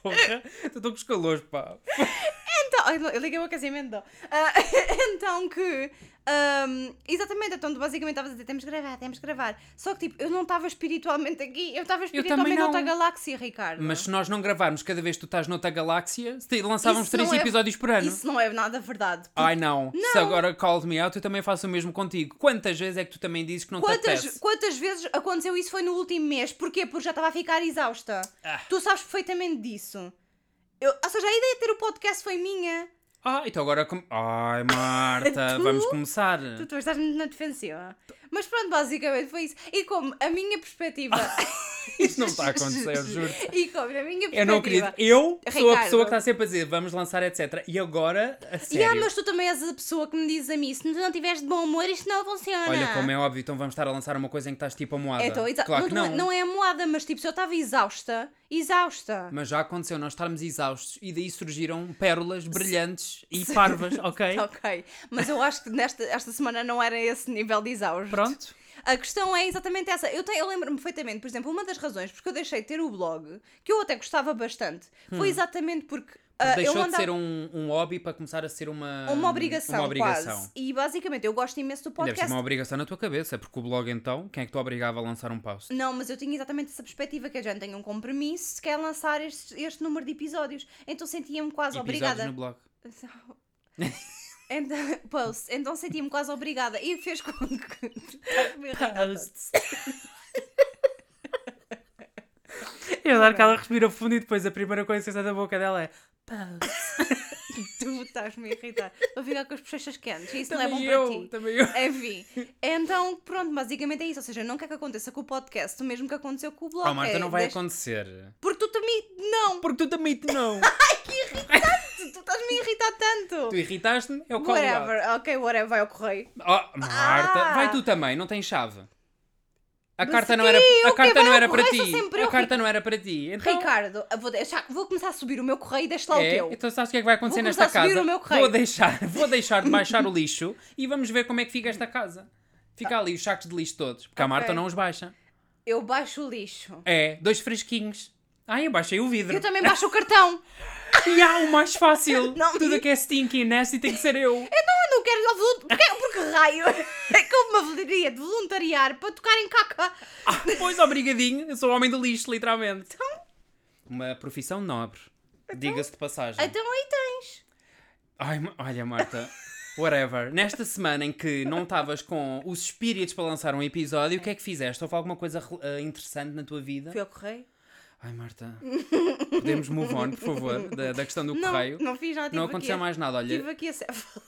[SPEAKER 1] Porra, eu estou com os calores, pá.
[SPEAKER 2] Então, ai, eu liguei o aquecimento, não. Ah, então que. ahm, exatamente, então tu basicamente estavas a dizer: temos que gravar, temos que gravar. Só que tipo, eu não estava espiritualmente aqui, eu estava espiritualmente
[SPEAKER 1] não.
[SPEAKER 2] noutra galáxia, Ricardo.
[SPEAKER 1] Mas se nós não gravarmos cada vez que tu estás noutra galáxia, se- lançávamos
[SPEAKER 2] Isso
[SPEAKER 1] três
[SPEAKER 2] não é-
[SPEAKER 1] episódios por ano.
[SPEAKER 2] Isso não é nada verdade.
[SPEAKER 1] Ai não. se agora calls me out, eu também faço o mesmo contigo. Quantas vezes é que tu também dizes que não te
[SPEAKER 2] Quantas,
[SPEAKER 1] apetece?
[SPEAKER 2] quantas vezes aconteceu isso foi no último mês? Porquê? Porque já estava a ficar exausta.
[SPEAKER 1] Ah.
[SPEAKER 2] Tu sabes perfeitamente disso. Eu, ou seja, a ideia de ter o podcast foi minha.
[SPEAKER 1] Ah, então agora. Com... Ai Marta,
[SPEAKER 2] Tu?
[SPEAKER 1] vamos começar.
[SPEAKER 2] Tu, tu estás muito na defensiva. Mas pronto, basicamente foi isso. E como a minha perspectiva.
[SPEAKER 1] Isto não está a acontecer, juro.
[SPEAKER 2] E como a minha perspectiva.
[SPEAKER 1] Eu não acredito. Eu sou a
[SPEAKER 2] Ricardo.
[SPEAKER 1] pessoa que está sempre a dizer vamos lançar, etc. E agora, a
[SPEAKER 2] E
[SPEAKER 1] É sério.
[SPEAKER 2] ah, mas tu também és a pessoa que me diz a mim: se tu não tiveres de bom humor, isto não funciona.
[SPEAKER 1] Olha, como é óbvio, então vamos estar a lançar uma coisa em que estás tipo a moada.
[SPEAKER 2] Então, exa-
[SPEAKER 1] claro
[SPEAKER 2] não,
[SPEAKER 1] que
[SPEAKER 2] tô-
[SPEAKER 1] não.
[SPEAKER 2] não é a moada, mas tipo, se eu estava exausta, exausta.
[SPEAKER 1] Mas já aconteceu nós estarmos exaustos e daí surgiram pérolas brilhantes e parvas, ok?
[SPEAKER 2] Ok, mas eu acho que nesta esta semana não era esse nível de exausto.
[SPEAKER 1] Pronto.
[SPEAKER 2] A questão é exatamente essa. Eu, tenho- eu lembro-me perfeitamente, por exemplo, uma das razões porque eu deixei de ter o blog, que eu até gostava bastante, foi exatamente porque. ah,
[SPEAKER 1] Hum. Deixou
[SPEAKER 2] eu
[SPEAKER 1] de
[SPEAKER 2] andava...
[SPEAKER 1] ser um, um hobby para começar a ser uma.
[SPEAKER 2] uma obrigação,
[SPEAKER 1] Uma obrigação.
[SPEAKER 2] quase. E basicamente eu gosto imenso do
[SPEAKER 1] Deve ser
[SPEAKER 2] podcast.
[SPEAKER 1] uma obrigação na tua cabeça, porque o blog então, quem é que tu obrigava a lançar um post?
[SPEAKER 2] Não, mas eu tinha exatamente essa perspectiva que eu já tenho um compromisso se quer lançar este, este número de episódios. Então sentia-me quase
[SPEAKER 1] Episódios
[SPEAKER 2] obrigada.
[SPEAKER 1] no blog.
[SPEAKER 2] Então, post, então sentia-me quase obrigada. E fez com que. Estás-me a irritar tanto.
[SPEAKER 1] Eu dar que ela respira fundo e depois a primeira coisa que sai da boca dela é post.
[SPEAKER 2] tu estás-me a irritar. Vou ficar com as bochechas quentes. Isso não é bom
[SPEAKER 1] Também
[SPEAKER 2] para
[SPEAKER 1] eu,
[SPEAKER 2] ti.
[SPEAKER 1] também eu.
[SPEAKER 2] Enfim, então pronto, basicamente é isso. Ou seja, não quer que aconteça com o podcast o mesmo que aconteceu com o blog.
[SPEAKER 1] Oh, Marta,
[SPEAKER 2] É,
[SPEAKER 1] não vai
[SPEAKER 2] deixa-
[SPEAKER 1] acontecer.
[SPEAKER 2] Porque tu também. Não!
[SPEAKER 1] Porque tu também te não.
[SPEAKER 2] Tu tu estás-me a irritar tanto!
[SPEAKER 1] tu irritaste-me, eu colo.
[SPEAKER 2] Whatever, ok, whatever, vai ao correio.
[SPEAKER 1] Oh, Marta,
[SPEAKER 2] Ah!
[SPEAKER 1] vai tu também, não tens chave. A
[SPEAKER 2] Mas
[SPEAKER 1] carta não
[SPEAKER 2] aqui
[SPEAKER 1] era, a
[SPEAKER 2] eu
[SPEAKER 1] carta
[SPEAKER 2] quero
[SPEAKER 1] não era
[SPEAKER 2] o
[SPEAKER 1] para
[SPEAKER 2] correio,
[SPEAKER 1] ti.
[SPEAKER 2] sou sempre
[SPEAKER 1] A
[SPEAKER 2] eu,
[SPEAKER 1] carta não era para ti. Então,
[SPEAKER 2] Ricardo, eu vou, deixar- vou começar a subir o meu correio e deixa lá
[SPEAKER 1] é,
[SPEAKER 2] o teu.
[SPEAKER 1] então sabes o que é que vai acontecer
[SPEAKER 2] Vou começar
[SPEAKER 1] nesta
[SPEAKER 2] a subir
[SPEAKER 1] casa?
[SPEAKER 2] o meu correio.
[SPEAKER 1] vou deixar, vou deixar de baixar o lixo e vamos ver como é que fica esta casa. Fica ali os sacos de lixo todos, porque a
[SPEAKER 2] Tá. Ok.
[SPEAKER 1] Marta não os baixa.
[SPEAKER 2] Eu baixo o lixo.
[SPEAKER 1] É, dois fresquinhos. Ai, eu baixei o vidro.
[SPEAKER 2] Eu também baixo o cartão.
[SPEAKER 1] E há o mais fácil.
[SPEAKER 2] Não. É
[SPEAKER 1] Tudo o que é stinky e nasty tem que ser eu.
[SPEAKER 2] Eu não quero ir ao voluntário. Porque, porque raio é que eu me haveria de voluntariar para tocar em caca.
[SPEAKER 1] Ah, pois, obrigadinho. Eu sou o homem do lixo, literalmente.
[SPEAKER 2] Então?
[SPEAKER 1] Uma profissão nobre. Diga-se de passagem.
[SPEAKER 2] Então aí tens.
[SPEAKER 1] Ai, ma- olha, Marta. Whatever. Nesta semana em que não estavas com os espíritos para lançar um episódio, o que é que fizeste? Houve alguma coisa rel- eh, interessante na tua vida?
[SPEAKER 2] Fui ao correio.
[SPEAKER 1] Ai, Marta. Podemos move on, por favor, da, da questão do
[SPEAKER 2] Não,
[SPEAKER 1] correio.
[SPEAKER 2] não fiz nada.
[SPEAKER 1] Não
[SPEAKER 2] tive
[SPEAKER 1] aconteceu
[SPEAKER 2] aqui a-
[SPEAKER 1] mais nada, olha.
[SPEAKER 2] Tive aqui a céfala.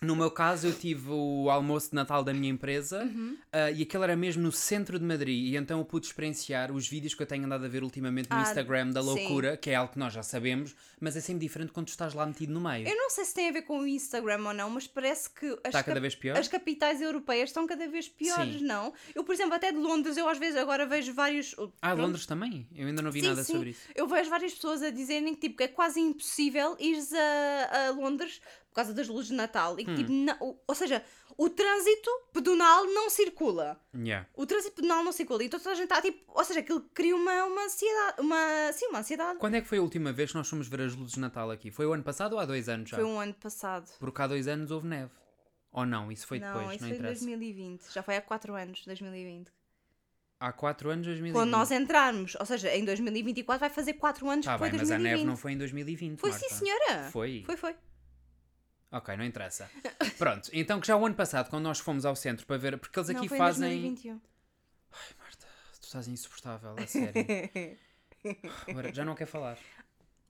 [SPEAKER 1] No meu caso, eu tive o almoço de Natal da minha empresa
[SPEAKER 2] Uhum.
[SPEAKER 1] ah, e aquele era mesmo no centro de Madrid. E então eu pude experienciar os vídeos que eu tenho andado a ver ultimamente no
[SPEAKER 2] Ah,
[SPEAKER 1] Instagram da
[SPEAKER 2] sim.
[SPEAKER 1] loucura, que é algo que nós já sabemos, mas é sempre diferente quando tu estás lá metido no meio.
[SPEAKER 2] Eu não sei se tem a ver com o Instagram ou não, mas parece que as,
[SPEAKER 1] Está cada
[SPEAKER 2] cap-
[SPEAKER 1] vez pior?
[SPEAKER 2] as capitais europeias estão cada vez piores,
[SPEAKER 1] Sim.
[SPEAKER 2] não? Eu, por exemplo, até de Londres, eu às vezes agora vejo vários.
[SPEAKER 1] Ah,
[SPEAKER 2] Pronto.
[SPEAKER 1] Londres também? Eu ainda não vi
[SPEAKER 2] Sim,
[SPEAKER 1] nada
[SPEAKER 2] sim.
[SPEAKER 1] sobre isso.
[SPEAKER 2] Eu vejo várias pessoas a dizerem que tipo, que é quase impossível ires a, a Londres por causa das luzes de Natal. E que, tipo,
[SPEAKER 1] Hum.
[SPEAKER 2] na- ou, ou seja, o trânsito pedonal não circula.
[SPEAKER 1] Yeah.
[SPEAKER 2] O trânsito pedonal não circula. Então toda a gente está tipo. Ou seja, aquilo cria uma, uma ansiedade. Uma, sim, uma ansiedade.
[SPEAKER 1] Quando é que foi a última vez que nós fomos ver as luzes de Natal aqui? Foi o ano passado ou há dois anos já?
[SPEAKER 2] Foi um ano passado.
[SPEAKER 1] Porque há dois anos houve neve. Ou não, isso foi
[SPEAKER 2] não,
[SPEAKER 1] depois,
[SPEAKER 2] isso
[SPEAKER 1] não
[SPEAKER 2] foi em
[SPEAKER 1] interessa.
[SPEAKER 2] 2020. Já foi há 4 anos, 2020.
[SPEAKER 1] Há quatro anos, 2020.
[SPEAKER 2] Quando nós entrarmos, ou seja, em 2024 vai fazer 4 anos
[SPEAKER 1] Tá
[SPEAKER 2] que foi
[SPEAKER 1] bem, mas a
[SPEAKER 2] 2020.
[SPEAKER 1] neve não foi em 2020.
[SPEAKER 2] Foi
[SPEAKER 1] Marta.
[SPEAKER 2] sim, senhora.
[SPEAKER 1] Foi.
[SPEAKER 2] Foi, foi.
[SPEAKER 1] Ok, não interessa. Pronto, então que já o ano passado, quando nós fomos ao centro para ver, porque eles
[SPEAKER 2] não,
[SPEAKER 1] aqui
[SPEAKER 2] foi
[SPEAKER 1] fazem.
[SPEAKER 2] em 2021.
[SPEAKER 1] Ai, Marta, tu estás inssuportável, a sério. Agora, já não quero falar.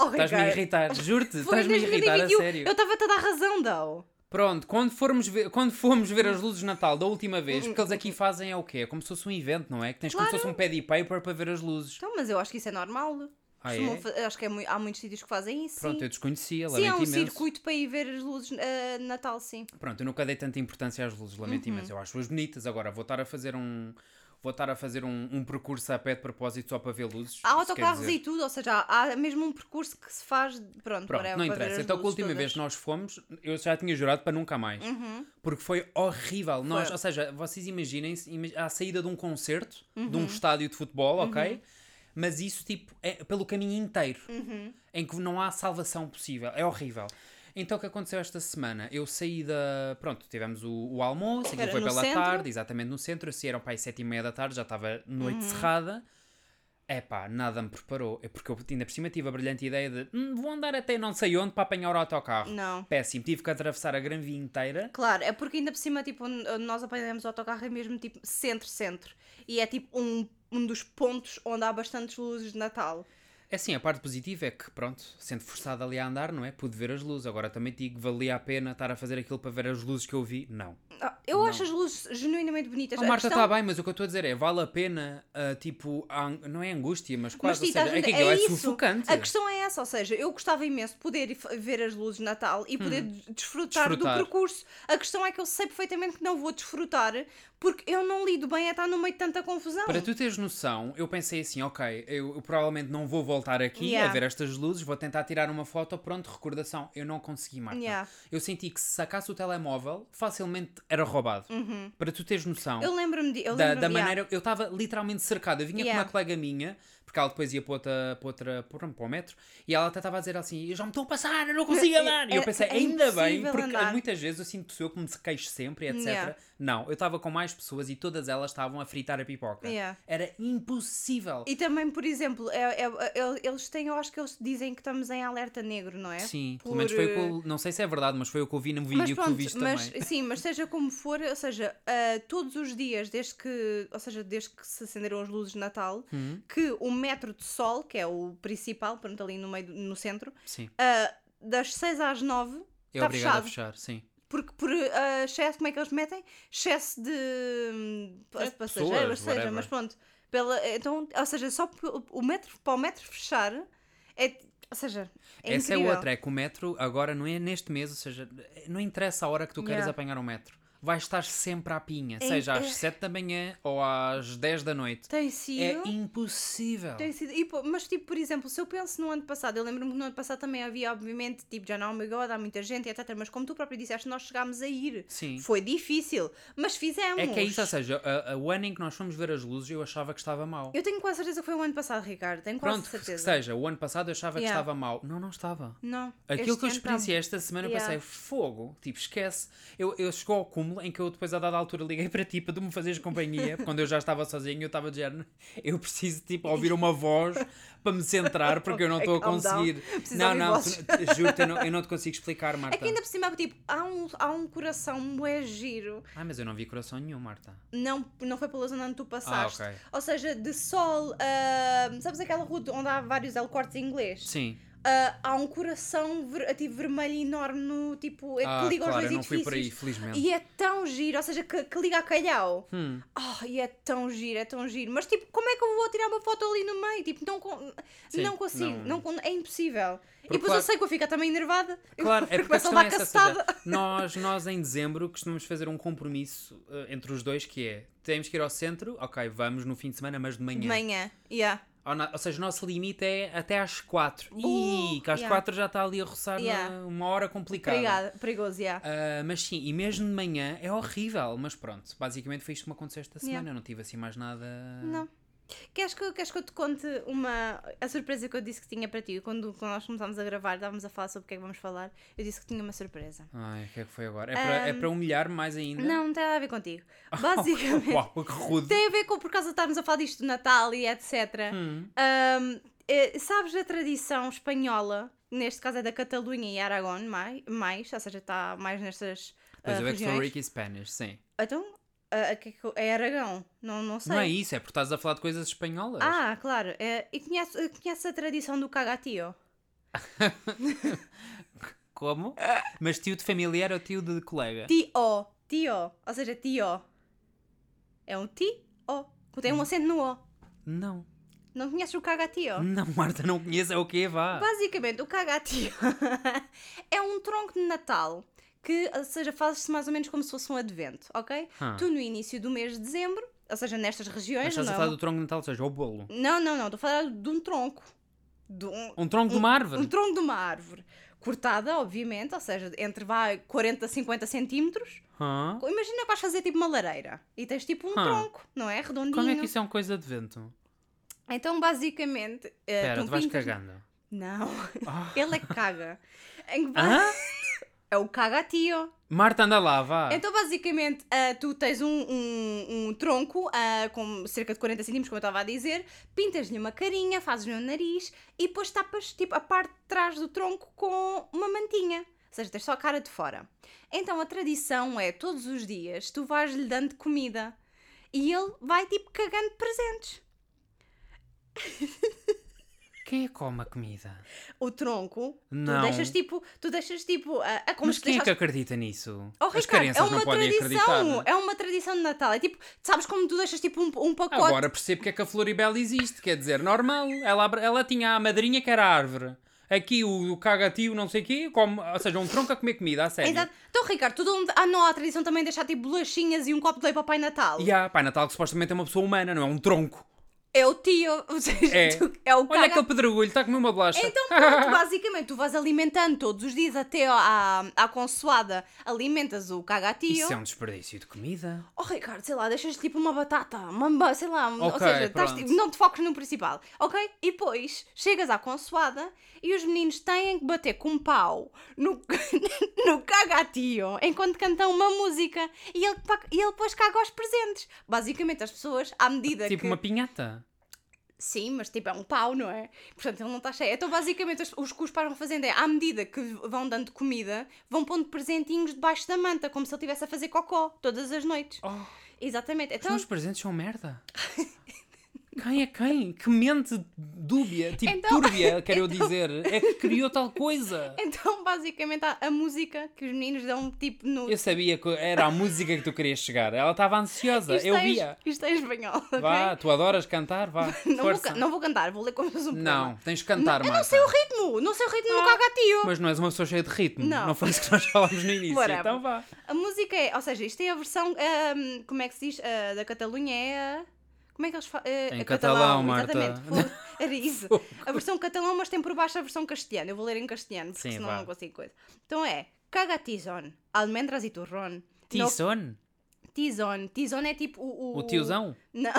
[SPEAKER 2] Oh,
[SPEAKER 1] Estás-me a
[SPEAKER 2] Ricardo.
[SPEAKER 1] irritar, juro-te,
[SPEAKER 2] Foi em
[SPEAKER 1] estás-me a irritar, a
[SPEAKER 2] 2021.
[SPEAKER 1] sério.
[SPEAKER 2] Eu estava a te dar razão, Dal.
[SPEAKER 1] Pronto, quando, formos ver, quando fomos ver as luzes de Natal da última vez, porque eles aqui fazem é o quê? É como se fosse um evento, não é? Que tens como se fosse um pad e paper para ver as luzes.
[SPEAKER 2] Então, mas eu acho que isso é normal.
[SPEAKER 1] Ah,
[SPEAKER 2] Costumam
[SPEAKER 1] é?
[SPEAKER 2] fa- Acho que é mui- há muitos sítios que fazem isso.
[SPEAKER 1] Pronto,
[SPEAKER 2] sim.
[SPEAKER 1] eu desconhecia,
[SPEAKER 2] Sim, há
[SPEAKER 1] lamento
[SPEAKER 2] um
[SPEAKER 1] imenso.
[SPEAKER 2] circuito para ir ver as luzes ah, de Natal, sim.
[SPEAKER 1] Pronto, eu nunca dei tanta importância às luzes, lamento
[SPEAKER 2] Uhum.
[SPEAKER 1] imenso. Eu acho-as bonitas. Agora, vou estar a fazer um. Vou estar a fazer um, um percurso a pé de propósito só para ver luzes.
[SPEAKER 2] Há
[SPEAKER 1] isso quer
[SPEAKER 2] autocarros
[SPEAKER 1] dizer-
[SPEAKER 2] e tudo, ou seja, há há mesmo um percurso que se faz.
[SPEAKER 1] Pronto,
[SPEAKER 2] Pronto, para,
[SPEAKER 1] não
[SPEAKER 2] para ver
[SPEAKER 1] interessa.
[SPEAKER 2] as
[SPEAKER 1] Então, que a
[SPEAKER 2] luzes
[SPEAKER 1] última
[SPEAKER 2] todas. Uhum.
[SPEAKER 1] vez que nós fomos, eu já tinha jurado para nunca mais. Porque foi horrível. Nós, ou seja, vocês imaginem-se imag- à saída de um concerto, de
[SPEAKER 2] Uhum.
[SPEAKER 1] um estádio de futebol, ok? Mas isso, tipo, é pelo caminho inteiro,
[SPEAKER 2] Uhum.
[SPEAKER 1] em que não há salvação possível. É horrível. Então, o que aconteceu esta semana? Eu saí da. Pronto, tivemos o, o almoço, aquilo
[SPEAKER 2] Era
[SPEAKER 1] foi
[SPEAKER 2] no
[SPEAKER 1] pela
[SPEAKER 2] centro?
[SPEAKER 1] tarde, exatamente no centro. Eu saí, eram para aí sete e meia da tarde, já estava noite
[SPEAKER 2] Uhum.
[SPEAKER 1] cerrada. Epá, nada me preparou. É porque eu ainda por cima tive a brilhante ideia de "Hum, vou andar até não sei onde para apanhar o autocarro.
[SPEAKER 2] Não.
[SPEAKER 1] Péssimo, tive que atravessar a Granvia inteira.
[SPEAKER 2] Claro, é porque ainda por cima, tipo, onde onde nós apanhamos o autocarro é mesmo tipo centro-centro. E é tipo um, um dos pontos onde há bastantes luzes de Natal.
[SPEAKER 1] É assim, a parte positiva é que, pronto, sendo forçado ali a andar, não é? Pude ver as luzes. Agora também digo, valia a pena estar a fazer aquilo para ver as luzes que eu vi? Não.
[SPEAKER 2] Ah, Eu acho as luzes genuinamente bonitas.
[SPEAKER 1] A
[SPEAKER 2] A
[SPEAKER 1] Marta está
[SPEAKER 2] questão-
[SPEAKER 1] bem, mas o que eu estou a dizer é, vale a pena, ah, tipo, a an- não é angústia, mas
[SPEAKER 2] Mas
[SPEAKER 1] quase,
[SPEAKER 2] sim,
[SPEAKER 1] ou seja,
[SPEAKER 2] estás a
[SPEAKER 1] é que
[SPEAKER 2] entender?
[SPEAKER 1] aquilo é,
[SPEAKER 2] isso.
[SPEAKER 1] sufocante.
[SPEAKER 2] A questão é essa, ou seja, eu gostava imenso de poder ir f- ver as luzes de Natal e poder des- desfrutar,
[SPEAKER 1] Hum. Desfrutar.
[SPEAKER 2] do percurso. A questão é que eu sei perfeitamente que não vou desfrutar porque eu não lido bem a estar no meio de tanta confusão.
[SPEAKER 1] Para tu teres noção, eu pensei assim, ok, eu, eu provavelmente não vou voltar aqui
[SPEAKER 2] Yeah.
[SPEAKER 1] a ver estas luzes, vou tentar tirar uma foto, pronto, recordação. Eu não consegui, Marta.
[SPEAKER 2] Yeah.
[SPEAKER 1] Eu senti que se sacasse o telemóvel, facilmente era roubado. Para tu teres noção
[SPEAKER 2] Uhum. Eu lembro-me de. Eu
[SPEAKER 1] da,
[SPEAKER 2] lembro-me,
[SPEAKER 1] da
[SPEAKER 2] yeah.
[SPEAKER 1] maneira. Eu estava literalmente cercado. Eu vinha
[SPEAKER 2] Yeah.
[SPEAKER 1] com uma colega minha, porque ela depois ia para, outra, para, outra, para, um- para o metro, e ela até estava a dizer assim: Eu já me estou a passar, eu não consigo
[SPEAKER 2] É-
[SPEAKER 1] andar. E eu
[SPEAKER 2] é-
[SPEAKER 1] pensei:
[SPEAKER 2] é
[SPEAKER 1] Ainda bem,
[SPEAKER 2] impossível
[SPEAKER 1] porque
[SPEAKER 2] andar.
[SPEAKER 1] muitas vezes eu sinto que sou eu que me queixo sempre, etc.
[SPEAKER 2] Yeah.
[SPEAKER 1] Não, eu estava com mais pessoas e todas elas estavam a fritar a pipoca.
[SPEAKER 2] Yeah.
[SPEAKER 1] Era impossível.
[SPEAKER 2] E também, por exemplo, é- é- é- eles têm, eu acho que eles dizem que estamos em alerta negro, não é?
[SPEAKER 1] Sim, pelo
[SPEAKER 2] Por,
[SPEAKER 1] menos foi o que
[SPEAKER 2] eh,
[SPEAKER 1] eu, Não sei se é verdade, mas foi o que eu vi no
[SPEAKER 2] Mas
[SPEAKER 1] vídeo que
[SPEAKER 2] pronto,
[SPEAKER 1] tu viste
[SPEAKER 2] mas,
[SPEAKER 1] também.
[SPEAKER 2] sim, mas seja como for, ou seja, ah, todos os dias, desde que, ou seja, desde que se acenderam as luzes de Natal,
[SPEAKER 1] Hum,
[SPEAKER 2] que o metro de sol, que é o principal, pronto, ali no meio, do- no centro,
[SPEAKER 1] Sim.
[SPEAKER 2] ah, das 6 às 9
[SPEAKER 1] É obrigado
[SPEAKER 2] está
[SPEAKER 1] a
[SPEAKER 2] fechado.
[SPEAKER 1] fechar, sim.
[SPEAKER 2] Porque por ah, excesso, como é que eles metem? Excesso de hum, pa-
[SPEAKER 1] É,
[SPEAKER 2] passageiros,
[SPEAKER 1] pessoas,
[SPEAKER 2] seja,
[SPEAKER 1] whatever.
[SPEAKER 2] mas pronto. Pela, então, ou seja, só p- o metro, para o metro fechar, é, ou seja, é
[SPEAKER 1] Essa é
[SPEAKER 2] incrível.
[SPEAKER 1] outra, é que o metro agora não é neste mês, ou seja, não interessa a hora que tu queres
[SPEAKER 2] Yeah.
[SPEAKER 1] apanhar o metro. vai estar sempre à pinha,
[SPEAKER 2] É-
[SPEAKER 1] seja
[SPEAKER 2] é-
[SPEAKER 1] às 7 da manhã ou às 10 da noite.
[SPEAKER 2] Tem sido.
[SPEAKER 1] É impossível.
[SPEAKER 2] Tem sido. E, pô, mas, tipo, por exemplo, se eu penso no ano passado, eu lembro-me que no ano passado também havia, obviamente, tipo, já não, oh my god, há muita gente, etc. Mas como tu próprio disseste, nós chegámos a ir.
[SPEAKER 1] Sim.
[SPEAKER 2] Foi difícil, mas fizemos.
[SPEAKER 1] É que é isso, ou seja, a- a- o ano em que nós fomos ver as luzes eu achava que estava mal.
[SPEAKER 2] Eu tenho quase certeza que foi o ano passado, Ricardo. Tenho quase
[SPEAKER 1] Pronto, que
[SPEAKER 2] certeza.
[SPEAKER 1] seja, o ano passado eu achava
[SPEAKER 2] Yeah.
[SPEAKER 1] que estava mal. Não, não estava.
[SPEAKER 2] Não.
[SPEAKER 1] Aquilo
[SPEAKER 2] este
[SPEAKER 1] que eu
[SPEAKER 2] ano tá-
[SPEAKER 1] experienciei esta semana, eu
[SPEAKER 2] Yeah.
[SPEAKER 1] pensei, fogo, tipo, esquece. Eu, eu chegou ao cúmulo em que eu depois, a dada altura, liguei para ti para tu me fazeres companhia, quando eu já estava sozinho, eu estava de género, eu preciso, tipo, ouvir uma voz para me centrar, porque eu não estou a
[SPEAKER 2] É Calm down.
[SPEAKER 1] conseguir.
[SPEAKER 2] Preciso
[SPEAKER 1] Não,
[SPEAKER 2] ouvir
[SPEAKER 1] não,
[SPEAKER 2] vozes.
[SPEAKER 1] tu- juro-te, eu não, eu não te consigo explicar,
[SPEAKER 2] É
[SPEAKER 1] Marta.
[SPEAKER 2] que ainda por cima, tipo, há um, há um coração moé giro.
[SPEAKER 1] Ai, mas eu não vi coração nenhum, Marta.
[SPEAKER 2] Não, não foi pela zona onde tu passaste.
[SPEAKER 1] Ah, ok.
[SPEAKER 2] Ou seja, de sol. ah, sabes aquela rua onde há vários L cortes em inglês?
[SPEAKER 1] Sim.
[SPEAKER 2] Ah, há um coração ver, tipo, vermelho enorme no tipo. é
[SPEAKER 1] Ah,
[SPEAKER 2] que liga
[SPEAKER 1] claro,
[SPEAKER 2] os dois
[SPEAKER 1] eu não fui
[SPEAKER 2] edifícios.
[SPEAKER 1] por aí, felizmente.
[SPEAKER 2] E é tão giro, ou seja, que, que liga a calhau.
[SPEAKER 1] Hum.
[SPEAKER 2] Oh, e é tão giro, é tão giro. Mas tipo, como é que eu vou tirar uma foto ali no meio? Tipo, não, con-
[SPEAKER 1] Sim,
[SPEAKER 2] não consigo,
[SPEAKER 1] não-
[SPEAKER 2] não con- é impossível. e
[SPEAKER 1] Porque,
[SPEAKER 2] depois eu
[SPEAKER 1] claro-
[SPEAKER 2] sei que eu fico também enervada.
[SPEAKER 1] Claro, é
[SPEAKER 2] eu
[SPEAKER 1] porque a
[SPEAKER 2] começo
[SPEAKER 1] questão é
[SPEAKER 2] a levar
[SPEAKER 1] essa, ou seja,
[SPEAKER 2] cacetada.
[SPEAKER 1] nós, nós em dezembro costumamos fazer um compromisso eh, entre os dois que é, temos que ir ao centro, ok, vamos no fim de semana, mas de manhã.
[SPEAKER 2] De manhã, yeah.
[SPEAKER 1] Ou, na- ou seja, o nosso limite é até às quatro. Ih, que às
[SPEAKER 2] Uh, yeah.
[SPEAKER 1] quatro já está ali a roçar na-
[SPEAKER 2] Yeah.
[SPEAKER 1] uma hora complicada.
[SPEAKER 2] Obrigada, perigoso, yeah.
[SPEAKER 1] Ah, mas sim, e mesmo de manhã é horrível, mas pronto, basicamente foi isto que me aconteceu esta semana,
[SPEAKER 2] Yeah.
[SPEAKER 1] eu não tive assim mais nada...
[SPEAKER 2] Não. Queres que, eu- queres que eu te conte uma. a surpresa que eu disse que tinha para ti? Quando, quando nós começámos a gravar, estávamos a falar sobre o que é que vamos falar, eu disse que tinha uma surpresa.
[SPEAKER 1] Ai, o que é que foi agora? É para, é para humilhar-me mais ainda?
[SPEAKER 2] Um, Não, não tem nada a ver contigo. Basicamente.
[SPEAKER 1] Uau, que rude.
[SPEAKER 2] Tem a ver com, por causa de estarmos a falar disto do Natal e etc.
[SPEAKER 1] Hum.
[SPEAKER 2] Ahm, eh, sabes a tradição espanhola, neste caso é da Catalunha e Aragón, mais, mais ou seja, está mais nestas
[SPEAKER 1] Pois
[SPEAKER 2] ah,
[SPEAKER 1] eu é que sou
[SPEAKER 2] regiões.
[SPEAKER 1] Ricky Spanish, sim.
[SPEAKER 2] Então, ah, que é que eu- é Aragão, não, não sei.
[SPEAKER 1] Não é isso, é porque estás a falar de coisas espanholas.
[SPEAKER 2] ah, claro. eh, e conhece, eh, conhece a tradição do cagatio?
[SPEAKER 1] Como? Mas tio de familiar ou tio de colega?
[SPEAKER 2] Tio, tio, ou seja, tio. É um ti, o. Tem um acento no o.
[SPEAKER 1] Não.
[SPEAKER 2] Não conheces o cagatio?
[SPEAKER 1] Não, Marta, não conheço. É o quê? Vá.
[SPEAKER 2] Basicamente, o cagatio é um tronco de Natal que, ou seja, faz-se mais ou menos como se fosse um advento, ok?
[SPEAKER 1] Ah.
[SPEAKER 2] Tu no início do mês de dezembro, ou seja, nestas
[SPEAKER 1] Mas
[SPEAKER 2] regiões.
[SPEAKER 1] estás a
[SPEAKER 2] não, é
[SPEAKER 1] falar
[SPEAKER 2] uma-
[SPEAKER 1] do tronco de Natal, ou seja, o bolo.
[SPEAKER 2] não, não, não, estou a falar de um tronco. De um,
[SPEAKER 1] Um tronco de uma árvore.
[SPEAKER 2] um tronco de uma árvore. Cortada, obviamente, ou seja, entre vai 40 a 50 centímetros.
[SPEAKER 1] Hã?
[SPEAKER 2] Imagina que vais fazer tipo uma lareira e tens tipo um
[SPEAKER 1] Ah.
[SPEAKER 2] tronco, não é? Redondinho.
[SPEAKER 1] Como é que isso é uma coisa de vento?
[SPEAKER 2] Então, basicamente. eh,
[SPEAKER 1] Espera,
[SPEAKER 2] tu
[SPEAKER 1] tu vais
[SPEAKER 2] pintas-
[SPEAKER 1] cagando.
[SPEAKER 2] Não,
[SPEAKER 1] Ah.
[SPEAKER 2] ele é que caga. Em que vai-
[SPEAKER 1] Hã?
[SPEAKER 2] É o cagatio.
[SPEAKER 1] Marta, anda lá, vá.
[SPEAKER 2] Então, basicamente, ah, tu tens um, um- um tronco ah, com cerca de 40 centímetros, como eu estava a dizer, pintas-lhe uma carinha, fazes-lhe um nariz e depois tapas tipo, a parte de trás do tronco com uma mantinha. Ou seja, tens só a cara de fora. Então, a tradição é, todos os dias, tu vais-lhe dando comida e ele vai, tipo, cagando presentes.
[SPEAKER 1] Quem é que come a comida?
[SPEAKER 2] O tronco,
[SPEAKER 1] Não.
[SPEAKER 2] tu deixas, tipo, tu deixas, tipo, ah, ah, como
[SPEAKER 1] Mas
[SPEAKER 2] se
[SPEAKER 1] quem é
[SPEAKER 2] deixasse
[SPEAKER 1] que acredita nisso?
[SPEAKER 2] Oh,
[SPEAKER 1] As
[SPEAKER 2] Ricardo,
[SPEAKER 1] crianças
[SPEAKER 2] é uma
[SPEAKER 1] não podem
[SPEAKER 2] tradição,
[SPEAKER 1] acreditar.
[SPEAKER 2] é uma tradição de Natal. É tipo, sabes como tu deixas tipo um, um pacote.
[SPEAKER 1] Agora percebo que é que a Floribela existe. Quer dizer, normal. Ela, abre- ela tinha a madrinha que era a árvore. Aqui o, o cagatio, não sei o quê, come, ou seja, um tronco a comer comida, a sério.
[SPEAKER 2] Exato. Então, Ricardo, tudo onde... ah, não há a tradição também de deixar tipo bolachinhas e um copo de leite para o Pai Natal.
[SPEAKER 1] E há, Pai Natal que supostamente é uma pessoa humana, não é um tronco.
[SPEAKER 2] É o tio, ou seja,
[SPEAKER 1] É.
[SPEAKER 2] tu- é o
[SPEAKER 1] Olha
[SPEAKER 2] caga-
[SPEAKER 1] aquele pedregulho, está a comer uma bolacha.
[SPEAKER 2] Então, pronto, basicamente, tu vais alimentando todos os dias até à, à consoada, alimentas o cagatio.
[SPEAKER 1] Isso é um desperdício de comida.
[SPEAKER 2] Oh, Ricardo, sei lá, deixas tipo uma batata, uma, ba- sei lá, ou
[SPEAKER 1] Ok,
[SPEAKER 2] seja, estás,
[SPEAKER 1] pronto.
[SPEAKER 2] tipo, não te foques no principal, ok? E depois chegas à consoada e os meninos têm que bater com um pau no, no cagatio enquanto cantam uma música e ele, pa- e ele depois caga aos presentes. Basicamente, as pessoas, à medida
[SPEAKER 1] tipo
[SPEAKER 2] É que.
[SPEAKER 1] uma pinhata.
[SPEAKER 2] Sim, mas tipo é um pau, não é? Portanto, ele não está cheio. Então, basicamente, os, os que os pais vão fazendo é, à medida que vão dando comida, vão pondo presentinhos debaixo da manta, como se ele estivesse a fazer cocó todas as noites.
[SPEAKER 1] Oh,
[SPEAKER 2] Exatamente.
[SPEAKER 1] os
[SPEAKER 2] Então,
[SPEAKER 1] meus presentes são merda. Quem é quem? Que mente dúbia, tipo
[SPEAKER 2] Então-
[SPEAKER 1] túrbia, quero eu dizer, é que criou tal coisa.
[SPEAKER 2] Então, basicamente, a, a música que os meninos dão tipo no.
[SPEAKER 1] Eu sabia que era a música que tu querias chegar. Ela estava ansiosa,
[SPEAKER 2] Isto
[SPEAKER 1] eu
[SPEAKER 2] é em-
[SPEAKER 1] via.
[SPEAKER 2] Isto é em espanhol, ok?
[SPEAKER 1] Vá, tu adoras cantar, vá.
[SPEAKER 2] não, vou,
[SPEAKER 1] força.
[SPEAKER 2] can- não vou cantar, vou ler como se fosse um poema.
[SPEAKER 1] Não, tens de cantar,
[SPEAKER 2] Eu não
[SPEAKER 1] Marta.
[SPEAKER 2] sei o ritmo, não sei o ritmo do cagatio.
[SPEAKER 1] Mas não és uma pessoa cheia de ritmo.
[SPEAKER 2] Não.
[SPEAKER 1] Não foi isso que nós falámos no início.
[SPEAKER 2] Whatever.
[SPEAKER 1] Então vá.
[SPEAKER 2] A música é, ou seja, isto é a versão, ahm, como é que se diz, Ah, da Catalunha é a... Como é que eles falam?
[SPEAKER 1] Em catalão, Marta.
[SPEAKER 2] Exatamente, fogo. era isso.
[SPEAKER 1] Fogo.
[SPEAKER 2] A versão catalão, mas tem por baixo a versão castelhana. Eu vou ler em castelhano, porque
[SPEAKER 1] Sim,
[SPEAKER 2] senão
[SPEAKER 1] vá.
[SPEAKER 2] não consigo coisa. Então é, caga tizón, almendras e turrón. No-
[SPEAKER 1] Tison?
[SPEAKER 2] Tizón. Tizón é tipo o...
[SPEAKER 1] O tiozão?
[SPEAKER 2] Não.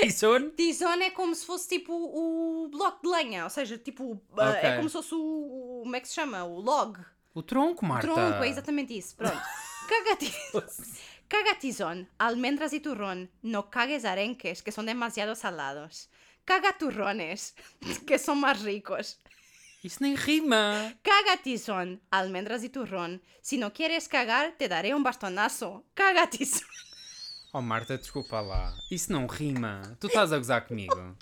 [SPEAKER 1] Tison?
[SPEAKER 2] Tizón é como se fosse tipo o bloco de lenha, ou seja, tipo, ah,
[SPEAKER 1] Ok.
[SPEAKER 2] é como se fosse o, o- como é que se chama? O log.
[SPEAKER 1] O tronco, Marta.
[SPEAKER 2] Tronco, é exatamente isso. Pronto. Cagati... Caga tizón, almendras y turrón. No cagues arenques, que son demasiado salados. Caga turrones, que son más ricos.
[SPEAKER 1] Isso nem rima.
[SPEAKER 2] Caga tizón, almendras y turrón. Si no quieres cagar, te daré un bastonazo. Caga tizón.
[SPEAKER 1] Oh Marta, desculpa lá. Isso não rima. Tu estás a gozar comigo.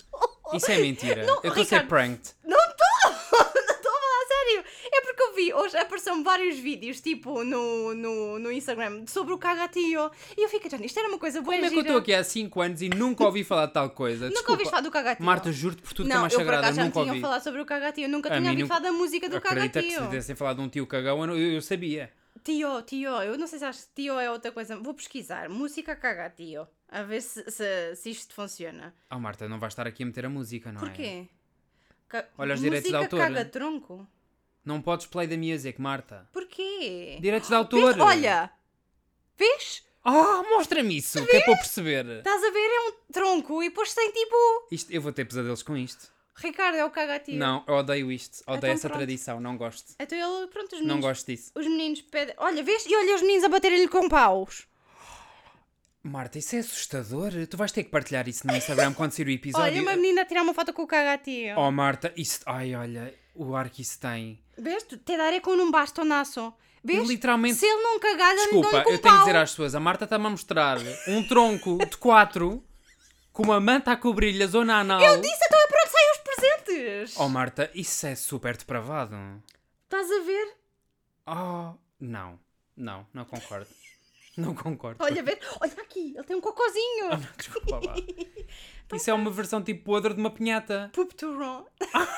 [SPEAKER 1] Isso é mentira. eu estou a ser
[SPEAKER 2] Ricardo.
[SPEAKER 1] pranked.
[SPEAKER 2] Não estou! Não estou a falar sério! É porque eu vi, hoje apareceram vários vídeos, tipo, no, no, no Instagram, sobre o cagatio. E eu fico, "Jane, isto era uma coisa boa
[SPEAKER 1] Como é que eu estou aqui há 5 anos e nunca ouvi falar de tal coisa?
[SPEAKER 2] Nunca ouviste falar do cagatio?
[SPEAKER 1] Marta, juro-te por tudo que é
[SPEAKER 2] Não,
[SPEAKER 1] mais
[SPEAKER 2] eu por
[SPEAKER 1] sagrada,
[SPEAKER 2] acaso já me
[SPEAKER 1] nunca
[SPEAKER 2] tinham
[SPEAKER 1] ouvi.
[SPEAKER 2] falado sobre o cagatio. Nunca
[SPEAKER 1] A
[SPEAKER 2] tinha
[SPEAKER 1] mim
[SPEAKER 2] ouvido
[SPEAKER 1] nunca-
[SPEAKER 2] falar da música do
[SPEAKER 1] Acredita que se
[SPEAKER 2] cagatio.
[SPEAKER 1] tivessem falado de um tio cagão, eu, não- eu- eu sabia.
[SPEAKER 2] Tio, tio, eu não sei se acho que tio é outra coisa. Vou pesquisar. Música cagatio. A ver se, se, se isto funciona.
[SPEAKER 1] Oh Marta, não vais estar aqui a meter a música, não é?
[SPEAKER 2] Porquê? Ca-
[SPEAKER 1] Olha os direitos de
[SPEAKER 2] música
[SPEAKER 1] autor. né?
[SPEAKER 2] caga tronco?
[SPEAKER 1] Não podes play the music, Marta.
[SPEAKER 2] Porquê?
[SPEAKER 1] Direitos de autor.
[SPEAKER 2] Vês? Olha! Vês?
[SPEAKER 1] Ah, mostra-me isso, que é para eu perceber.
[SPEAKER 2] Estás a ver? É um tronco e depois tem tipo.
[SPEAKER 1] Isto, eu vou ter pesadelos com isto.
[SPEAKER 2] Ricardo é o cagatio.
[SPEAKER 1] Não, eu odeio isto. Odeio
[SPEAKER 2] Então
[SPEAKER 1] essa
[SPEAKER 2] pronto.
[SPEAKER 1] tradição, não gosto.
[SPEAKER 2] Então ele, pronto, os meninos.
[SPEAKER 1] Não gosto disso.
[SPEAKER 2] Os meninos pedem. Olha, vês? E olha os meninos a baterem-lhe com paus.
[SPEAKER 1] Marta, isso é assustador. Tu vais ter que partilhar isso no Instagram quando sair o
[SPEAKER 2] Olha,
[SPEAKER 1] episódio.
[SPEAKER 2] uma menina a tirar uma foto com o cagatio.
[SPEAKER 1] Oh Marta, isso. Ai, olha, o ar que isso tem.
[SPEAKER 2] Vês? Tu te daré com um bastonaço. Vês?
[SPEAKER 1] Oh. Literalmente-
[SPEAKER 2] Se ele não cagar, dá-lhe
[SPEAKER 1] Desculpa,
[SPEAKER 2] dão-lhe com
[SPEAKER 1] eu
[SPEAKER 2] um
[SPEAKER 1] tenho que
[SPEAKER 2] pau.
[SPEAKER 1] dizer às pessoas: a Marta está-me a mostrar um tronco de quatro com uma manta a cobrir-lhe a zona anal.
[SPEAKER 2] Eu disse, então é para onde saem os presentes.
[SPEAKER 1] Oh Marta, isso é super depravado.
[SPEAKER 2] Estás a ver?
[SPEAKER 1] Oh, não, não, não concordo. Não concordo.
[SPEAKER 2] Olha, ver. Olha aqui, ele tem um cocôzinho.
[SPEAKER 1] Oh, não, desculpa lá.
[SPEAKER 2] Então
[SPEAKER 1] Isso é uma versão tipo podre de uma pinhata.
[SPEAKER 2] Poop to run.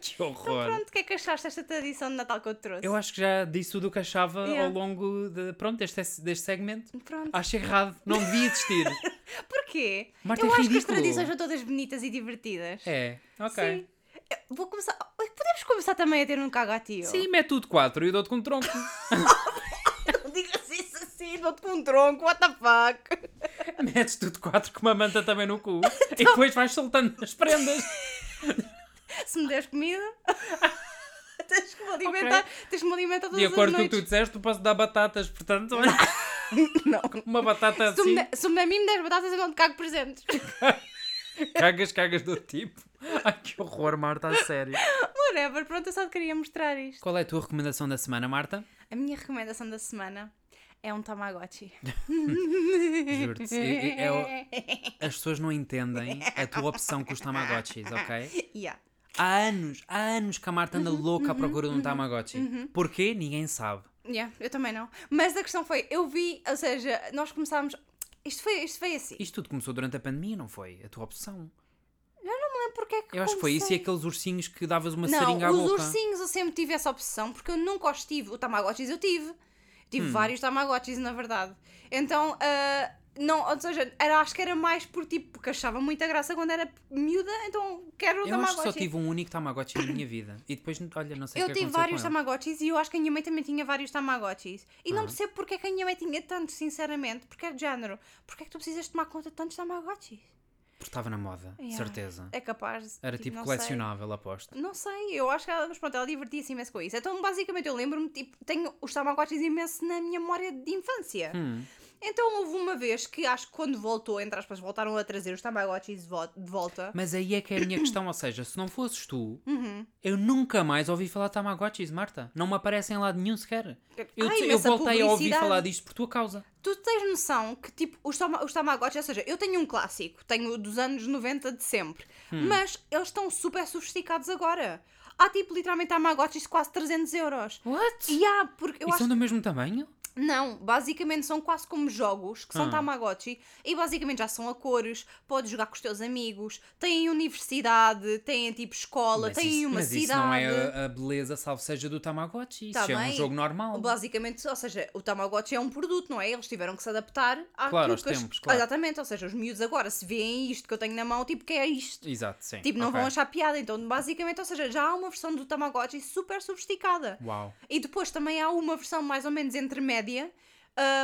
[SPEAKER 1] Que horror.
[SPEAKER 2] Pronto, o que é que achaste desta tradição de Natal que eu te trouxe?
[SPEAKER 1] Eu acho que já disse tudo o que achava
[SPEAKER 2] Yeah.
[SPEAKER 1] ao longo de, pronto, deste, deste segmento.
[SPEAKER 2] Pronto.
[SPEAKER 1] Acho errado, não devia existir.
[SPEAKER 2] Porquê?
[SPEAKER 1] Marta,
[SPEAKER 2] eu
[SPEAKER 1] é
[SPEAKER 2] acho que as
[SPEAKER 1] ridículo.
[SPEAKER 2] tradições são todas bonitas e divertidas.
[SPEAKER 1] É, ok.
[SPEAKER 2] Sim. Eu Vou começar. Podemos começar também a ter um cagatio?
[SPEAKER 1] Sim, mete tudo quatro e eu dou-te com um tronco.
[SPEAKER 2] Não digas isso assim, dou-te com um tronco, what the fuck?
[SPEAKER 1] Metes tudo quatro com uma manta também no cu
[SPEAKER 2] Então
[SPEAKER 1] e depois vais soltando as prendas.
[SPEAKER 2] Se me deres comida, tens que me alimentar, tens que me alimentar todas
[SPEAKER 1] De acordo
[SPEAKER 2] as
[SPEAKER 1] com o que tu
[SPEAKER 2] noites.
[SPEAKER 1] disseste, tu posso dar batatas, portanto, olha,
[SPEAKER 2] Não.
[SPEAKER 1] uma batata
[SPEAKER 2] Se tu
[SPEAKER 1] assim,
[SPEAKER 2] me, de- se me- a mim me deres batatas, eu não te cago presentes.
[SPEAKER 1] cagas, cagas do tipo. Ai, que horror, Marta, a sério.
[SPEAKER 2] Whatever, pronto, eu só te queria mostrar isto.
[SPEAKER 1] Qual é a tua recomendação da semana, Marta?
[SPEAKER 2] A minha recomendação da semana é um Tamagotchi.
[SPEAKER 1] Juro-te, é- é- é o- as pessoas não entendem a tua opção com os Tamagotchis, ok?
[SPEAKER 2] yeah.
[SPEAKER 1] Há anos, há anos que a Marta anda
[SPEAKER 2] Uhum,
[SPEAKER 1] louca à procura de um Tamagotchi. Porquê? Ninguém sabe.
[SPEAKER 2] Yeah, eu também não. Mas a questão foi, eu vi, ou seja, nós começámos. Isto foi, isto foi assim.
[SPEAKER 1] Isto tudo começou durante a pandemia, não foi? A tua opção.
[SPEAKER 2] Não lembro porque é que
[SPEAKER 1] Eu acho que foi isso e
[SPEAKER 2] comecei.
[SPEAKER 1] aqueles ursinhos que davas uma
[SPEAKER 2] Não,
[SPEAKER 1] seringa à
[SPEAKER 2] os
[SPEAKER 1] boca.
[SPEAKER 2] ursinhos eu sempre tive essa opção, porque eu nunca os tive. O Tamagotchis eu tive. Tive
[SPEAKER 1] Hum.
[SPEAKER 2] vários Tamagotchis, na verdade. Então, ah, não, ou seja, era, acho que era mais por tipo, porque achava muita graça quando era miúda, então quero o
[SPEAKER 1] Eu acho que
[SPEAKER 2] Tamagotchi.
[SPEAKER 1] só tive um único Tamagotchi na minha vida. E depois, olha, não sei o
[SPEAKER 2] Eu
[SPEAKER 1] que
[SPEAKER 2] tive
[SPEAKER 1] aconteceu
[SPEAKER 2] vários
[SPEAKER 1] com Ah. ele.
[SPEAKER 2] Tamagotchis e eu acho que a minha mãe também tinha vários Tamagotchis. E não percebo porque é que a minha mãe tinha tantos, sinceramente, porque é de género. Porque é que tu precisas tomar conta de tantos Tamagotchis?
[SPEAKER 1] Porque estava na moda,
[SPEAKER 2] Yeah.
[SPEAKER 1] certeza.
[SPEAKER 2] É capaz.
[SPEAKER 1] Ah. Era tipo
[SPEAKER 2] não sei.
[SPEAKER 1] colecionável, aposto.
[SPEAKER 2] Não sei, eu acho que ela, mas pronto, ela divertia-se imenso com isso. Então, basicamente, eu lembro-me, tipo, tenho os Tamagotchis imenso na minha memória de infância.
[SPEAKER 1] Hum.
[SPEAKER 2] Então, houve uma vez que acho que quando voltou, entre aspas, voltaram a trazer os Tamagotchis de vo- de volta.
[SPEAKER 1] Mas aí é que é a minha questão, ou seja, se não fosses tu,
[SPEAKER 2] Uhum.
[SPEAKER 1] eu nunca mais ouvi falar de Tamagotchis, Marta. Não me aparecem em lado nenhum sequer. Eu,
[SPEAKER 2] Ai,
[SPEAKER 1] te- eu
[SPEAKER 2] mas a
[SPEAKER 1] voltei a ouvir
[SPEAKER 2] publicidade.
[SPEAKER 1] falar disto por tua causa.
[SPEAKER 2] Tu tens noção que, tipo, os, tama os Tamagotchi, ou seja, eu tenho um clássico, tenho o dos anos 90 de sempre,
[SPEAKER 1] Hum.
[SPEAKER 2] mas eles estão super sofisticados agora. Há, tipo, literalmente Tamagotchis de quase 300 euros.
[SPEAKER 1] What?
[SPEAKER 2] E há, porque eu
[SPEAKER 1] E
[SPEAKER 2] acho
[SPEAKER 1] são do mesmo tamanho?
[SPEAKER 2] não, basicamente são quase como jogos que são
[SPEAKER 1] Ah.
[SPEAKER 2] Tamagotchi e basicamente já são a cores, podes jogar com os teus amigos, têm universidade, têm tipo escola,
[SPEAKER 1] Mas
[SPEAKER 2] têm
[SPEAKER 1] isso-
[SPEAKER 2] uma
[SPEAKER 1] mas
[SPEAKER 2] cidade.
[SPEAKER 1] isso não é a- a beleza, salvo seja do Tamagotchi. Isso
[SPEAKER 2] Tá
[SPEAKER 1] é um
[SPEAKER 2] bem.
[SPEAKER 1] jogo normal.
[SPEAKER 2] Basicamente, ou seja, o Tamagotchi é um produto, não é? Eles tiveram que se adaptar àquilo
[SPEAKER 1] Claro, aos
[SPEAKER 2] que as-
[SPEAKER 1] tempos, claro.
[SPEAKER 2] Exatamente, ou seja, os miúdos agora se veem isto que eu tenho na mão, tipo, que é isto.
[SPEAKER 1] Exato, sim.
[SPEAKER 2] Tipo, não
[SPEAKER 1] Ok.
[SPEAKER 2] vão achar piada. Então, basicamente, ou seja, já há uma versão do Tamagotchi super sofisticada.
[SPEAKER 1] Uau.
[SPEAKER 2] E depois também há uma versão mais ou menos intermédia,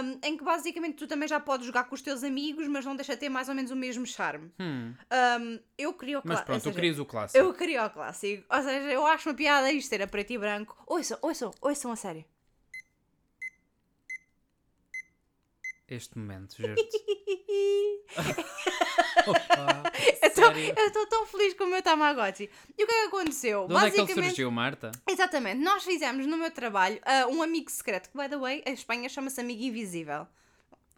[SPEAKER 2] hum, em que basicamente tu também já podes jogar com os teus amigos, mas não deixa de ter mais ou menos o mesmo charme.
[SPEAKER 1] Hum.
[SPEAKER 2] Hum, eu queria o
[SPEAKER 1] Mas
[SPEAKER 2] clássico.
[SPEAKER 1] pronto, tu querias o clássico.
[SPEAKER 2] Eu queria o clássico. Ou seja, eu acho uma piada isto era preto e branco. Ouçam, ouçam, ouçam a sério.
[SPEAKER 1] Este momento, juro
[SPEAKER 2] Então,
[SPEAKER 1] Opa,
[SPEAKER 2] Eu tô-
[SPEAKER 1] sério?
[SPEAKER 2] eu estou tão feliz com o meu Tamagotchi. E o que é que aconteceu?
[SPEAKER 1] De onde é que ele surgiu, Marta?
[SPEAKER 2] Exatamente, nós fizemos no meu trabalho ah, um amigo secreto, que by the way, em Espanha chama-se amigo invisível.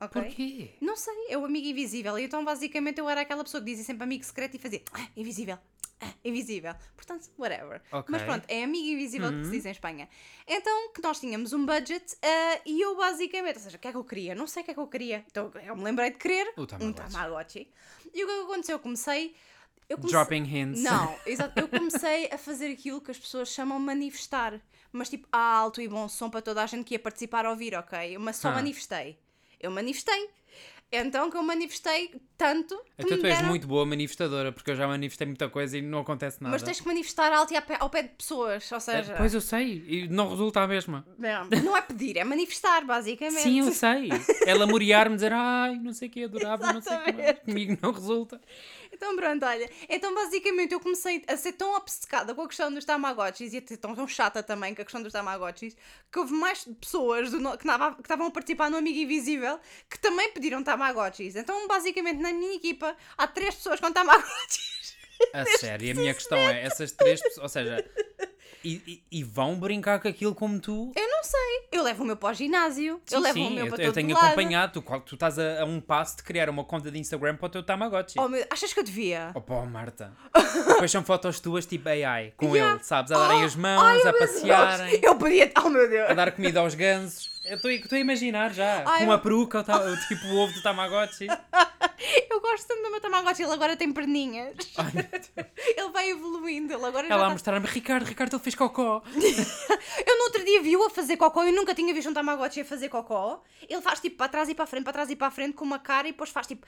[SPEAKER 2] Ok?
[SPEAKER 1] Porquê?
[SPEAKER 2] Não sei, é o amigo invisível. E então, basicamente, eu era aquela pessoa que dizia sempre amigo secreto e fazia "Ah, invisível, ah, invisível. Portanto, whatever.
[SPEAKER 1] Ok.
[SPEAKER 2] Mas pronto, é amigo invisível que
[SPEAKER 1] Uhum.
[SPEAKER 2] se diz em Espanha. Então, que nós tínhamos um budget ah, e eu, basicamente, ou seja, o que é que eu queria? Não sei o que é que eu queria. Então, eu me lembrei de querer
[SPEAKER 1] O
[SPEAKER 2] um
[SPEAKER 1] Tamagotchi.
[SPEAKER 2] Tamagotchi. E o que é que aconteceu? Eu comecei. Eu comecei
[SPEAKER 1] Dropping hints.
[SPEAKER 2] não, exato. Eu comecei a fazer aquilo que as pessoas chamam manifestar, mas tipo a alto e bom som para toda a gente que ia participar a ouvir, ok? Mas só
[SPEAKER 1] Ah.
[SPEAKER 2] manifestei. Eu manifestei. Então que eu manifestei tanto que
[SPEAKER 1] Então
[SPEAKER 2] me
[SPEAKER 1] tu és
[SPEAKER 2] deram-
[SPEAKER 1] muito boa manifestadora, porque eu já manifestei muita coisa e não acontece nada.
[SPEAKER 2] Mas tens que manifestar alto e ao pé, ao pé de pessoas, ou
[SPEAKER 1] É,
[SPEAKER 2] seja,
[SPEAKER 1] Pois eu sei, e não resulta a mesma.
[SPEAKER 2] não, não é pedir, é manifestar basicamente.
[SPEAKER 1] Sim, eu sei. Ela morear-me dizer, ai, não sei o que, adorava, não sei o que mais.
[SPEAKER 2] Exatamente.
[SPEAKER 1] Comigo não resulta.
[SPEAKER 2] Então pronto, olha. Então basicamente eu comecei a ser tão obcecada com a questão dos Tamagotchis e a ser tão, tão chata também com a questão dos Tamagotchis que houve mais pessoas do no- que nava- que estavam a participar no Amigo Invisível que também pediram Tamagotchis. Então basicamente na minha equipa há três pessoas com Tamagotchis.
[SPEAKER 1] A sério, a minha questão é, essas três pessoas, ou seja, e, e- e vão brincar com aquilo como tu?
[SPEAKER 2] Eu não sei. Eu levo o meu para o ginásio. eu
[SPEAKER 1] Sim,
[SPEAKER 2] levo o
[SPEAKER 1] sim,
[SPEAKER 2] meu
[SPEAKER 1] eu,
[SPEAKER 2] para
[SPEAKER 1] eu
[SPEAKER 2] todo
[SPEAKER 1] tenho
[SPEAKER 2] lado.
[SPEAKER 1] acompanhado, tu, qual- tu estás a, a um passo de criar uma conta de Instagram para o teu Tamagotchi.
[SPEAKER 2] Oh, meu, achas que eu devia?
[SPEAKER 1] Opa, oh, Marta. Depois são fotos tuas tipo AI, com
[SPEAKER 2] Yeah.
[SPEAKER 1] ele, sabes? A darem
[SPEAKER 2] Oh,
[SPEAKER 1] as mãos, a passearem,
[SPEAKER 2] Eu podia. Oh meu Deus.
[SPEAKER 1] a dar comida aos gansos. Eu estou a- estou a imaginar já,
[SPEAKER 2] Ai,
[SPEAKER 1] com uma
[SPEAKER 2] eu-
[SPEAKER 1] peruca, o, ta- o tipo o ovo do Tamagotchi.
[SPEAKER 2] Eu gosto tanto do meu Tamagotchi. Ele agora tem perninhas. ele vai evoluindo. Ele agora já
[SPEAKER 1] Ela a
[SPEAKER 2] tá-
[SPEAKER 1] mostrar-me, Ricardo, Ricardo, ele fez cocó.
[SPEAKER 2] Eu no outro dia vi-o a fazer cocó, eu nunca tinha visto um Tamagotchi a fazer cocó. Ele faz tipo para trás e para a frente, para trás e para a frente com uma cara e depois faz tipo.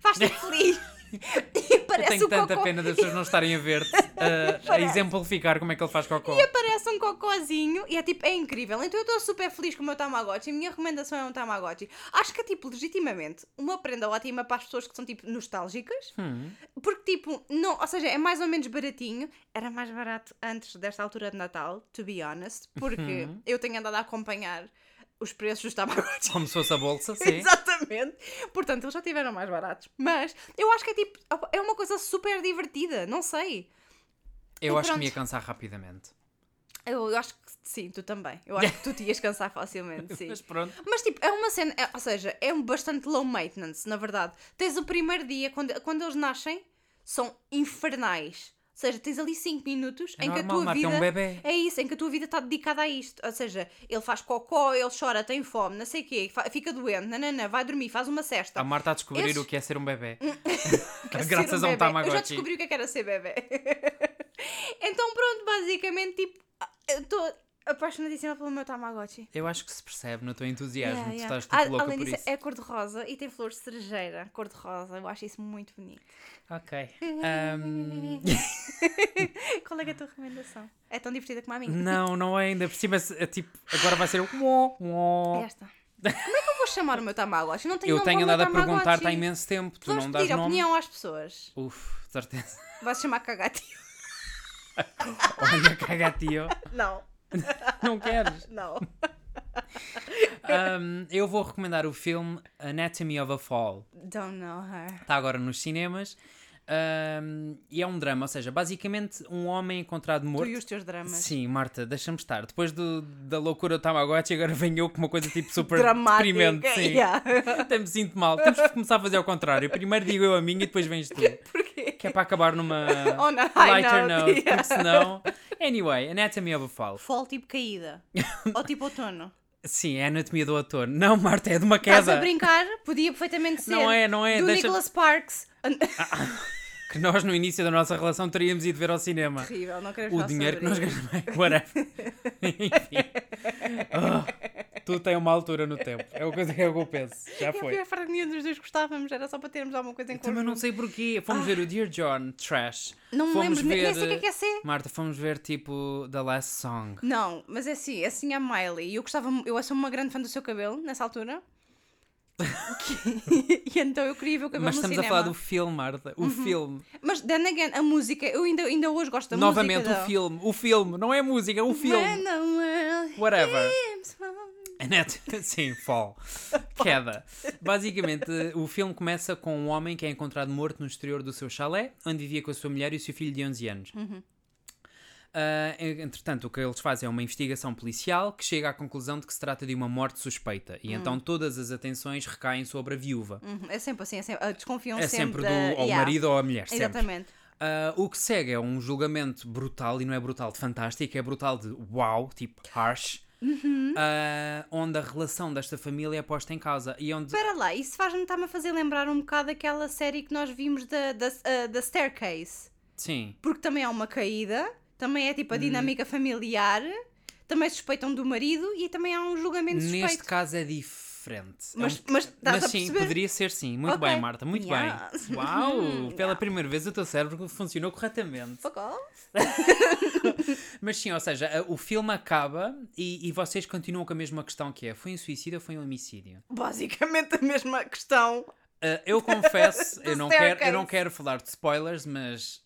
[SPEAKER 2] faz tipo feliz. e
[SPEAKER 1] Eu
[SPEAKER 2] parece
[SPEAKER 1] tenho
[SPEAKER 2] um
[SPEAKER 1] tanta
[SPEAKER 2] cocó.
[SPEAKER 1] pena das pessoas não estarem a ver-te a, a exemplificar como é que ele faz cocó.
[SPEAKER 2] E aparece um cocózinho e é tipo, é incrível. Então eu estou super feliz com o meu Tamagotchi. A minha recomendação é um Tamagotchi. Acho que é tipo, legitimamente, uma prenda ótima para as pessoas que são tipo nostálgicas.
[SPEAKER 1] Hum.
[SPEAKER 2] Porque, tipo, não, ou seja, é mais ou menos baratinho. Era mais barato antes desta altura de Natal, to be honest, porque
[SPEAKER 1] Uhum.
[SPEAKER 2] eu tenho andado a acompanhar os preços dos Tamagotchi.
[SPEAKER 1] Como se fosse a bolsa, sim.
[SPEAKER 2] Exatamente. Portanto, eles já tiveram mais baratos. Mas eu acho que é tipo, é uma coisa super divertida, não sei.
[SPEAKER 1] Eu
[SPEAKER 2] E
[SPEAKER 1] acho que me ia
[SPEAKER 2] pronto.
[SPEAKER 1] cansar rapidamente.
[SPEAKER 2] Eu, eu acho que sim, tu também. Eu acho que tu te ias cansar facilmente, sim.
[SPEAKER 1] Mas pronto.
[SPEAKER 2] Mas tipo, é uma cena, é- ou seja, é um bastante low maintenance, na verdade. Tens o primeiro dia, quando, quando eles nascem, são infernais. Ou seja, tens ali 5 minutos
[SPEAKER 1] É
[SPEAKER 2] em que a
[SPEAKER 1] normal,
[SPEAKER 2] tua
[SPEAKER 1] Marta, é
[SPEAKER 2] vida.
[SPEAKER 1] um bebê.
[SPEAKER 2] É isso, em que a tua vida está dedicada a isto. Ou seja, ele faz cocó, ele chora, tem fome, não sei o quê, fa- fica doente, nananã, vai dormir, faz uma cesta.
[SPEAKER 1] A Marta a descobrir
[SPEAKER 2] Esse-
[SPEAKER 1] o que é ser um bebê.
[SPEAKER 2] Quer Hum. ser
[SPEAKER 1] Graças
[SPEAKER 2] um
[SPEAKER 1] a um
[SPEAKER 2] bebé.
[SPEAKER 1] Tamagotchi.
[SPEAKER 2] Eu já descobri o que é que era ser bebê. então pronto, basicamente, tipo, eu estou apaixonadíssima pelo meu Tamagotchi.
[SPEAKER 1] Eu acho que se percebe no teu entusiasmo.
[SPEAKER 2] Yeah, yeah.
[SPEAKER 1] Tu estás tipo
[SPEAKER 2] A-
[SPEAKER 1] louca
[SPEAKER 2] Além
[SPEAKER 1] por
[SPEAKER 2] disso,
[SPEAKER 1] isso.
[SPEAKER 2] é cor-de-rosa e tem flores de cerejeira, cor-de-rosa. Eu acho isso muito bonito.
[SPEAKER 1] Ok. Ahm,
[SPEAKER 2] Qual é, que é a tua recomendação? É tão divertida como a minha.
[SPEAKER 1] não, não é ainda. Por cima, é tipo, agora vai ser o. uó, uó.
[SPEAKER 2] Esta. Como é que eu vou chamar o meu Tamagotchi? Não tenho
[SPEAKER 1] Eu
[SPEAKER 2] nome
[SPEAKER 1] tenho
[SPEAKER 2] para o meu
[SPEAKER 1] andado a
[SPEAKER 2] Tamagotchi.
[SPEAKER 1] perguntar-te há imenso tempo. Tu
[SPEAKER 2] Tu vais
[SPEAKER 1] não dás
[SPEAKER 2] pedir
[SPEAKER 1] nome.
[SPEAKER 2] opinião às pessoas.
[SPEAKER 1] Uf, de certeza.
[SPEAKER 2] Vais chamar Cagati?
[SPEAKER 1] Olha, cagatio.
[SPEAKER 2] Não,
[SPEAKER 1] Não queres?
[SPEAKER 2] não.
[SPEAKER 1] Ahm, eu vou recomendar o filme Anatomy of a Fall.
[SPEAKER 2] Don't know her.
[SPEAKER 1] Está agora nos cinemas. Ahm, e é um drama, ou seja, basicamente um homem encontrado
[SPEAKER 2] Tu
[SPEAKER 1] morto.
[SPEAKER 2] e os teus dramas.
[SPEAKER 1] Sim, Marta, deixa-me estar. Depois do- da loucura do Tamagotchi, agora venho eu com uma coisa tipo super
[SPEAKER 2] Dramática.
[SPEAKER 1] deprimente. Sim.
[SPEAKER 2] yeah.
[SPEAKER 1] Até me sinto mal. Temos que começar a fazer ao contrário. Primeiro digo eu a minha e depois vens tu.
[SPEAKER 2] Porquê?
[SPEAKER 1] Que é para acabar numa
[SPEAKER 2] On a high
[SPEAKER 1] lighter
[SPEAKER 2] note,
[SPEAKER 1] note,
[SPEAKER 2] yeah.
[SPEAKER 1] porque senão... Anyway, Anatomy of a Fall.
[SPEAKER 2] Fall tipo caída. Ou tipo outono.
[SPEAKER 1] Sim, é a anatomia do ator. Não, Marta, é de uma
[SPEAKER 2] Estás
[SPEAKER 1] queda.
[SPEAKER 2] a brincar? Podia perfeitamente ser.
[SPEAKER 1] Não é, não é,
[SPEAKER 2] Do
[SPEAKER 1] deixa-
[SPEAKER 2] Nicholas Parks.
[SPEAKER 1] Que nós no início da nossa relação teríamos ido ver ao cinema.
[SPEAKER 2] Terrível, não queremos
[SPEAKER 1] O
[SPEAKER 2] falar
[SPEAKER 1] dinheiro que
[SPEAKER 2] sobre
[SPEAKER 1] nós
[SPEAKER 2] isso.
[SPEAKER 1] ganhamos. Bem, Whatever. Enfim. Oh, tu tem uma altura no tempo. É o que eu- é o que eu penso. Já
[SPEAKER 2] É a
[SPEAKER 1] foi.
[SPEAKER 2] pior parte que nenhum dos dois gostávamos, era só para termos alguma coisa Ah. em
[SPEAKER 1] Também
[SPEAKER 2] comum.
[SPEAKER 1] não sei porquê. Fomos ver o Dear John, trash.
[SPEAKER 2] Não me
[SPEAKER 1] Fomos
[SPEAKER 2] lembro, nem- nem
[SPEAKER 1] ver, eh,
[SPEAKER 2] sei o que é que é ser.
[SPEAKER 1] Marta, fomos ver tipo The Last Song.
[SPEAKER 2] Não, mas é assim, é assim a Miley. E eu gostava, mu- eu sou uma grande fã do seu cabelo nessa altura. Que- e então eu queria ver o cabelo
[SPEAKER 1] Mas
[SPEAKER 2] no
[SPEAKER 1] estamos
[SPEAKER 2] cinema.
[SPEAKER 1] a falar do filme, Marta. O filme.
[SPEAKER 2] Mas then again, a música, eu ainda, ainda hoje gosto da
[SPEAKER 1] Novamente,
[SPEAKER 2] música.
[SPEAKER 1] o filme. O filme. Não é música, é o filme. Whatever.
[SPEAKER 2] É
[SPEAKER 1] Net... Sim, fall. Queda. Basicamente, o filme começa com um homem que é encontrado morto no exterior do seu chalé, onde vivia com a sua mulher e o seu filho de 11 anos.
[SPEAKER 2] Uhum.
[SPEAKER 1] Ah, en- entretanto, o que eles fazem é uma investigação policial que chega à conclusão de que se trata de uma morte suspeita.
[SPEAKER 2] Hum.
[SPEAKER 1] E então todas as atenções recaem sobre a viúva.
[SPEAKER 2] Uhum, É sempre assim, é sempre, ah, desconfiam
[SPEAKER 1] É sempre
[SPEAKER 2] sempre,
[SPEAKER 1] do,
[SPEAKER 2] da-
[SPEAKER 1] ao
[SPEAKER 2] yeah,
[SPEAKER 1] marido ou à mulher, sempre.
[SPEAKER 2] Exatamente.
[SPEAKER 1] Ah, o que segue é um julgamento brutal, e não é brutal de fantástico, é brutal de wow, tipo harsh, ah, onde a relação desta família é posta em causa. E onde.
[SPEAKER 2] Espera lá, isso faz-me estar-me a fazer lembrar um bocado aquela série que nós vimos da, da, ah, da Staircase.
[SPEAKER 1] Sim.
[SPEAKER 2] Porque também há uma caída, também é tipo a
[SPEAKER 1] Hum.
[SPEAKER 2] dinâmica familiar, também suspeitam do marido e também há um julgamento suspeito.
[SPEAKER 1] Neste caso é diferente. É
[SPEAKER 2] Mas-
[SPEAKER 1] um-
[SPEAKER 2] mas estás a
[SPEAKER 1] sim,
[SPEAKER 2] perceber?
[SPEAKER 1] poderia ser sim. Muito
[SPEAKER 2] Ok.
[SPEAKER 1] bem, Marta, muito
[SPEAKER 2] Yeah.
[SPEAKER 1] bem. Uau!
[SPEAKER 2] Uhum,
[SPEAKER 1] Pela primeira vez o teu cérebro funcionou corretamente.
[SPEAKER 2] Fuck off.
[SPEAKER 1] Mas sim, ou seja, a- o filme acaba e, e vocês continuam com a mesma questão que é: foi um suicídio ou foi um homicídio?
[SPEAKER 2] Basicamente a mesma questão.
[SPEAKER 1] Ah, eu confesso, eu,
[SPEAKER 2] Do
[SPEAKER 1] não quero, eu
[SPEAKER 2] staircase.
[SPEAKER 1] não quero falar de spoilers, mas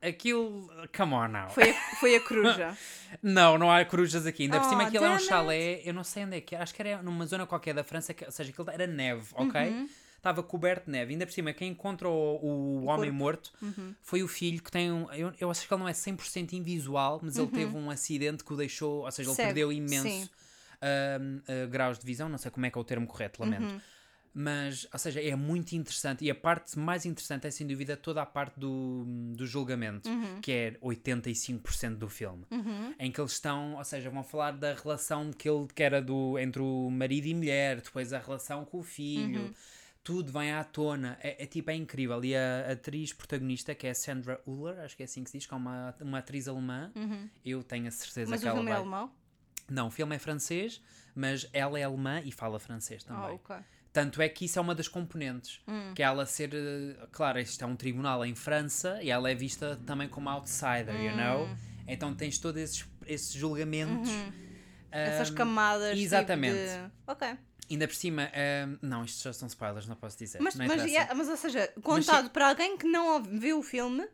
[SPEAKER 1] aquilo. Come on now.
[SPEAKER 2] Foi a, foi a coruja.
[SPEAKER 1] Não, não há corujas aqui. Ainda por
[SPEAKER 2] Oh,
[SPEAKER 1] cima aquilo é um
[SPEAKER 2] damn it.
[SPEAKER 1] chalé, eu não sei onde é que era, acho que era numa zona qualquer da França, que- ou seja, aquilo era neve, ok?
[SPEAKER 2] Uhum.
[SPEAKER 1] Estava coberto de neve. Ainda por cima, quem encontra o, o homem morto foi o filho que tem um. Eu, eu acho que ele não é 100% invisual, mas ele teve um acidente que o deixou, ou seja, ele
[SPEAKER 2] Cego,
[SPEAKER 1] perdeu imenso
[SPEAKER 2] sim.
[SPEAKER 1] ahm, ah, graus de visão. Não sei como é que é o termo correto, lamento. Mas, ou seja, é muito interessante. E a parte mais interessante é, sem dúvida, toda a parte do, do julgamento, que é 85% do filme. Em que eles estão, ou seja, vão falar da relação que ele que era do, entre o marido e mulher, depois a relação com o filho. Tudo vem à tona, é, é tipo, é incrível. E a atriz protagonista, que é a Sandra Uller, acho que é assim que se diz, que é uma, uma atriz alemã, eu tenho a certeza
[SPEAKER 2] Mas
[SPEAKER 1] que
[SPEAKER 2] o
[SPEAKER 1] ela
[SPEAKER 2] filme é
[SPEAKER 1] vai.
[SPEAKER 2] alemão?
[SPEAKER 1] Não, o filme é francês, mas ela é alemã e fala francês
[SPEAKER 2] Ah,
[SPEAKER 1] também.
[SPEAKER 2] ok.
[SPEAKER 1] Tanto é que isso é uma das componentes.
[SPEAKER 2] Hum.
[SPEAKER 1] Que é ela ser. eh, Claro, isto é um tribunal em França e ela é vista também como outsider, you know?
[SPEAKER 2] Hum.
[SPEAKER 1] Então tens todos esses, esses julgamentos.
[SPEAKER 2] Uhum. Essas camadas. tipo,
[SPEAKER 1] Hum, exatamente.
[SPEAKER 2] de- Ok.
[SPEAKER 1] Ainda por cima. eh, não, isto já são spoilers, não posso dizer.
[SPEAKER 2] Mas,
[SPEAKER 1] não
[SPEAKER 2] mas,
[SPEAKER 1] interessa.
[SPEAKER 2] yeah, mas, ou seja, contado para alguém que não ouve- viu o filme,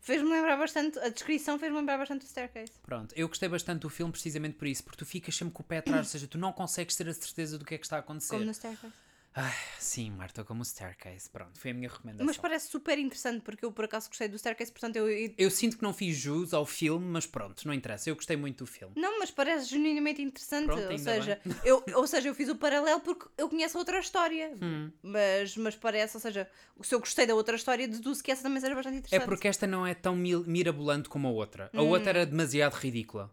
[SPEAKER 2] fez-me lembrar bastante, a descrição fez-me lembrar bastante o Staircase.
[SPEAKER 1] Pronto, eu gostei bastante do filme precisamente por isso, porque tu ficas sempre com o pé atrás, ou seja, tu não consegues ter a certeza do que é que está a acontecer.
[SPEAKER 2] Como no Staircase.
[SPEAKER 1] Ai, sim, Marta, como o Staircase. Pronto, foi a minha recomendação.
[SPEAKER 2] Mas parece super interessante, porque eu por acaso gostei do Staircase, portanto eu... eu-
[SPEAKER 1] Eu sinto que não fiz jus ao filme, mas pronto, não interessa. Eu gostei muito do filme.
[SPEAKER 2] Não, mas parece genuinamente interessante,
[SPEAKER 1] Pronto,
[SPEAKER 2] ou,
[SPEAKER 1] ainda
[SPEAKER 2] seja, eu, ou seja, eu fiz o paralelo porque eu conheço outra história,
[SPEAKER 1] Hum.
[SPEAKER 2] mas, mas parece, ou seja, se eu gostei da outra história, deduzo que essa também seja bastante
[SPEAKER 1] É
[SPEAKER 2] interessante. Hum.
[SPEAKER 1] porque esta não é tão mil- mirabolante como a outra. A outra era demasiado ridícula.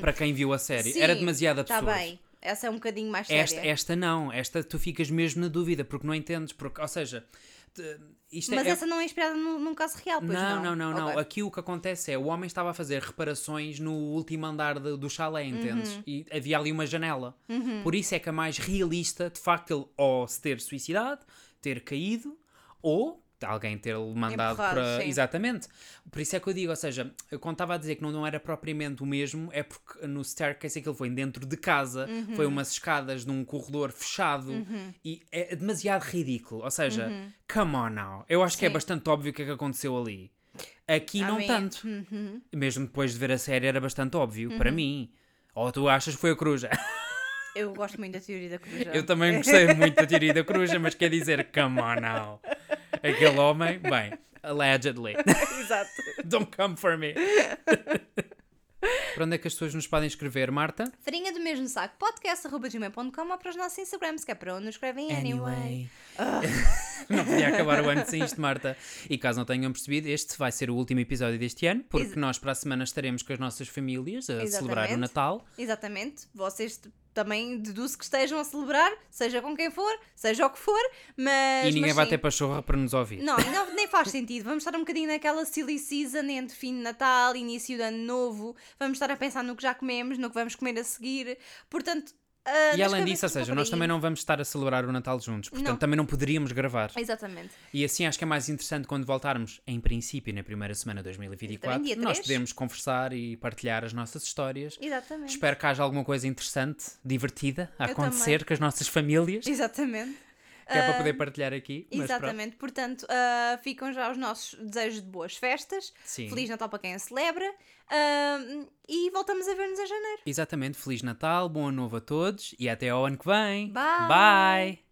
[SPEAKER 1] para quem viu a série. era demasiado
[SPEAKER 2] Está
[SPEAKER 1] absurdo.
[SPEAKER 2] tá bem, essa é um bocadinho mais séria.
[SPEAKER 1] Esta, esta não. Esta tu ficas mesmo na dúvida, porque não entendes. Porque, ou seja, te- isto é-
[SPEAKER 2] Mas
[SPEAKER 1] é...
[SPEAKER 2] essa não é inspirada num, num caso real, pois
[SPEAKER 1] não, não,
[SPEAKER 2] não?
[SPEAKER 1] não, não.
[SPEAKER 2] Ok.
[SPEAKER 1] Aqui o que acontece é o homem estava a fazer reparações no último andar de- do chalé, entendes?
[SPEAKER 2] Uhum.
[SPEAKER 1] E havia ali uma janela. Por isso é que a mais realista, de facto, ele ou se ter suicidado, ter caído, ou alguém ter-lhe mandado
[SPEAKER 2] Empurrado,
[SPEAKER 1] para.
[SPEAKER 2] sim.
[SPEAKER 1] Exatamente. Por isso é que eu digo, ou seja, eu quando estava a dizer que não, não era propriamente o mesmo, é porque no staircase aquilo foi dentro de casa,
[SPEAKER 2] Uhum.
[SPEAKER 1] foi umas escadas num corredor fechado e é demasiado ridículo. Ou seja, come on now. Eu acho que é
[SPEAKER 2] Uhum. Sim.
[SPEAKER 1] bastante óbvio o que é que aconteceu ali. Aqui não
[SPEAKER 2] Amém.
[SPEAKER 1] tanto. Mesmo depois de ver a série era bastante óbvio, para mim. Ou tu achas que foi a coruja?
[SPEAKER 2] Eu gosto muito da teoria da coruja.
[SPEAKER 1] Eu também gostei muito da teoria da coruja, mas quer dizer, come on now. Aquele homem, bem, Allegedly.
[SPEAKER 2] Exato.
[SPEAKER 1] Don't come for me. Para onde é que as pessoas nos podem escrever, Marta?
[SPEAKER 2] Farinha do mesmo saco, podcast.gmail.com ou para os nossos Instagrams, que é para onde nos escrevem anyway.
[SPEAKER 1] não podia acabar o ano sem isto, Marta. E caso não tenham percebido, este vai ser o último episódio deste ano, porque nós para a semana estaremos com as nossas famílias a celebrar o
[SPEAKER 2] Exatamente.
[SPEAKER 1] Natal.
[SPEAKER 2] Exatamente. Vocês t- também deduzo que estejam a celebrar, seja com quem for, seja o que for, mas.
[SPEAKER 1] e ninguém
[SPEAKER 2] mas
[SPEAKER 1] vai
[SPEAKER 2] sim.
[SPEAKER 1] ter pachorra para nos ouvir.
[SPEAKER 2] Não, não, nem faz sentido. Vamos estar um bocadinho naquela silly season entre fim de Natal, início de ano novo. Vamos estar a pensar no que já comemos, no que vamos comer a seguir. Portanto. ah,
[SPEAKER 1] E
[SPEAKER 2] nas
[SPEAKER 1] além disso,
[SPEAKER 2] cabeças
[SPEAKER 1] ou
[SPEAKER 2] fica
[SPEAKER 1] seja,
[SPEAKER 2] por
[SPEAKER 1] nós
[SPEAKER 2] aí.
[SPEAKER 1] também não vamos estar a celebrar o Natal juntos, portanto
[SPEAKER 2] Não.
[SPEAKER 1] também não poderíamos gravar.
[SPEAKER 2] Exatamente.
[SPEAKER 1] E assim acho que é mais interessante quando voltarmos, em princípio, na primeira semana de 2024,
[SPEAKER 2] Também dia
[SPEAKER 1] nós
[SPEAKER 2] três.
[SPEAKER 1] podemos conversar e partilhar as nossas histórias.
[SPEAKER 2] Exatamente.
[SPEAKER 1] Espero que haja alguma coisa interessante, divertida, a
[SPEAKER 2] Eu
[SPEAKER 1] acontecer com as nossas famílias, que
[SPEAKER 2] Exatamente.
[SPEAKER 1] é para poder partilhar aqui. mas pronto.
[SPEAKER 2] Ah, Exatamente, portanto, ah, ficam já os nossos desejos de boas festas.
[SPEAKER 1] Sim.
[SPEAKER 2] Feliz Natal para quem a celebra. Ah, e voltamos a ver-nos em janeiro.
[SPEAKER 1] Exatamente. Feliz Natal, bom ano novo a todos e até ao ano que vem.
[SPEAKER 2] Bye.
[SPEAKER 1] Bye.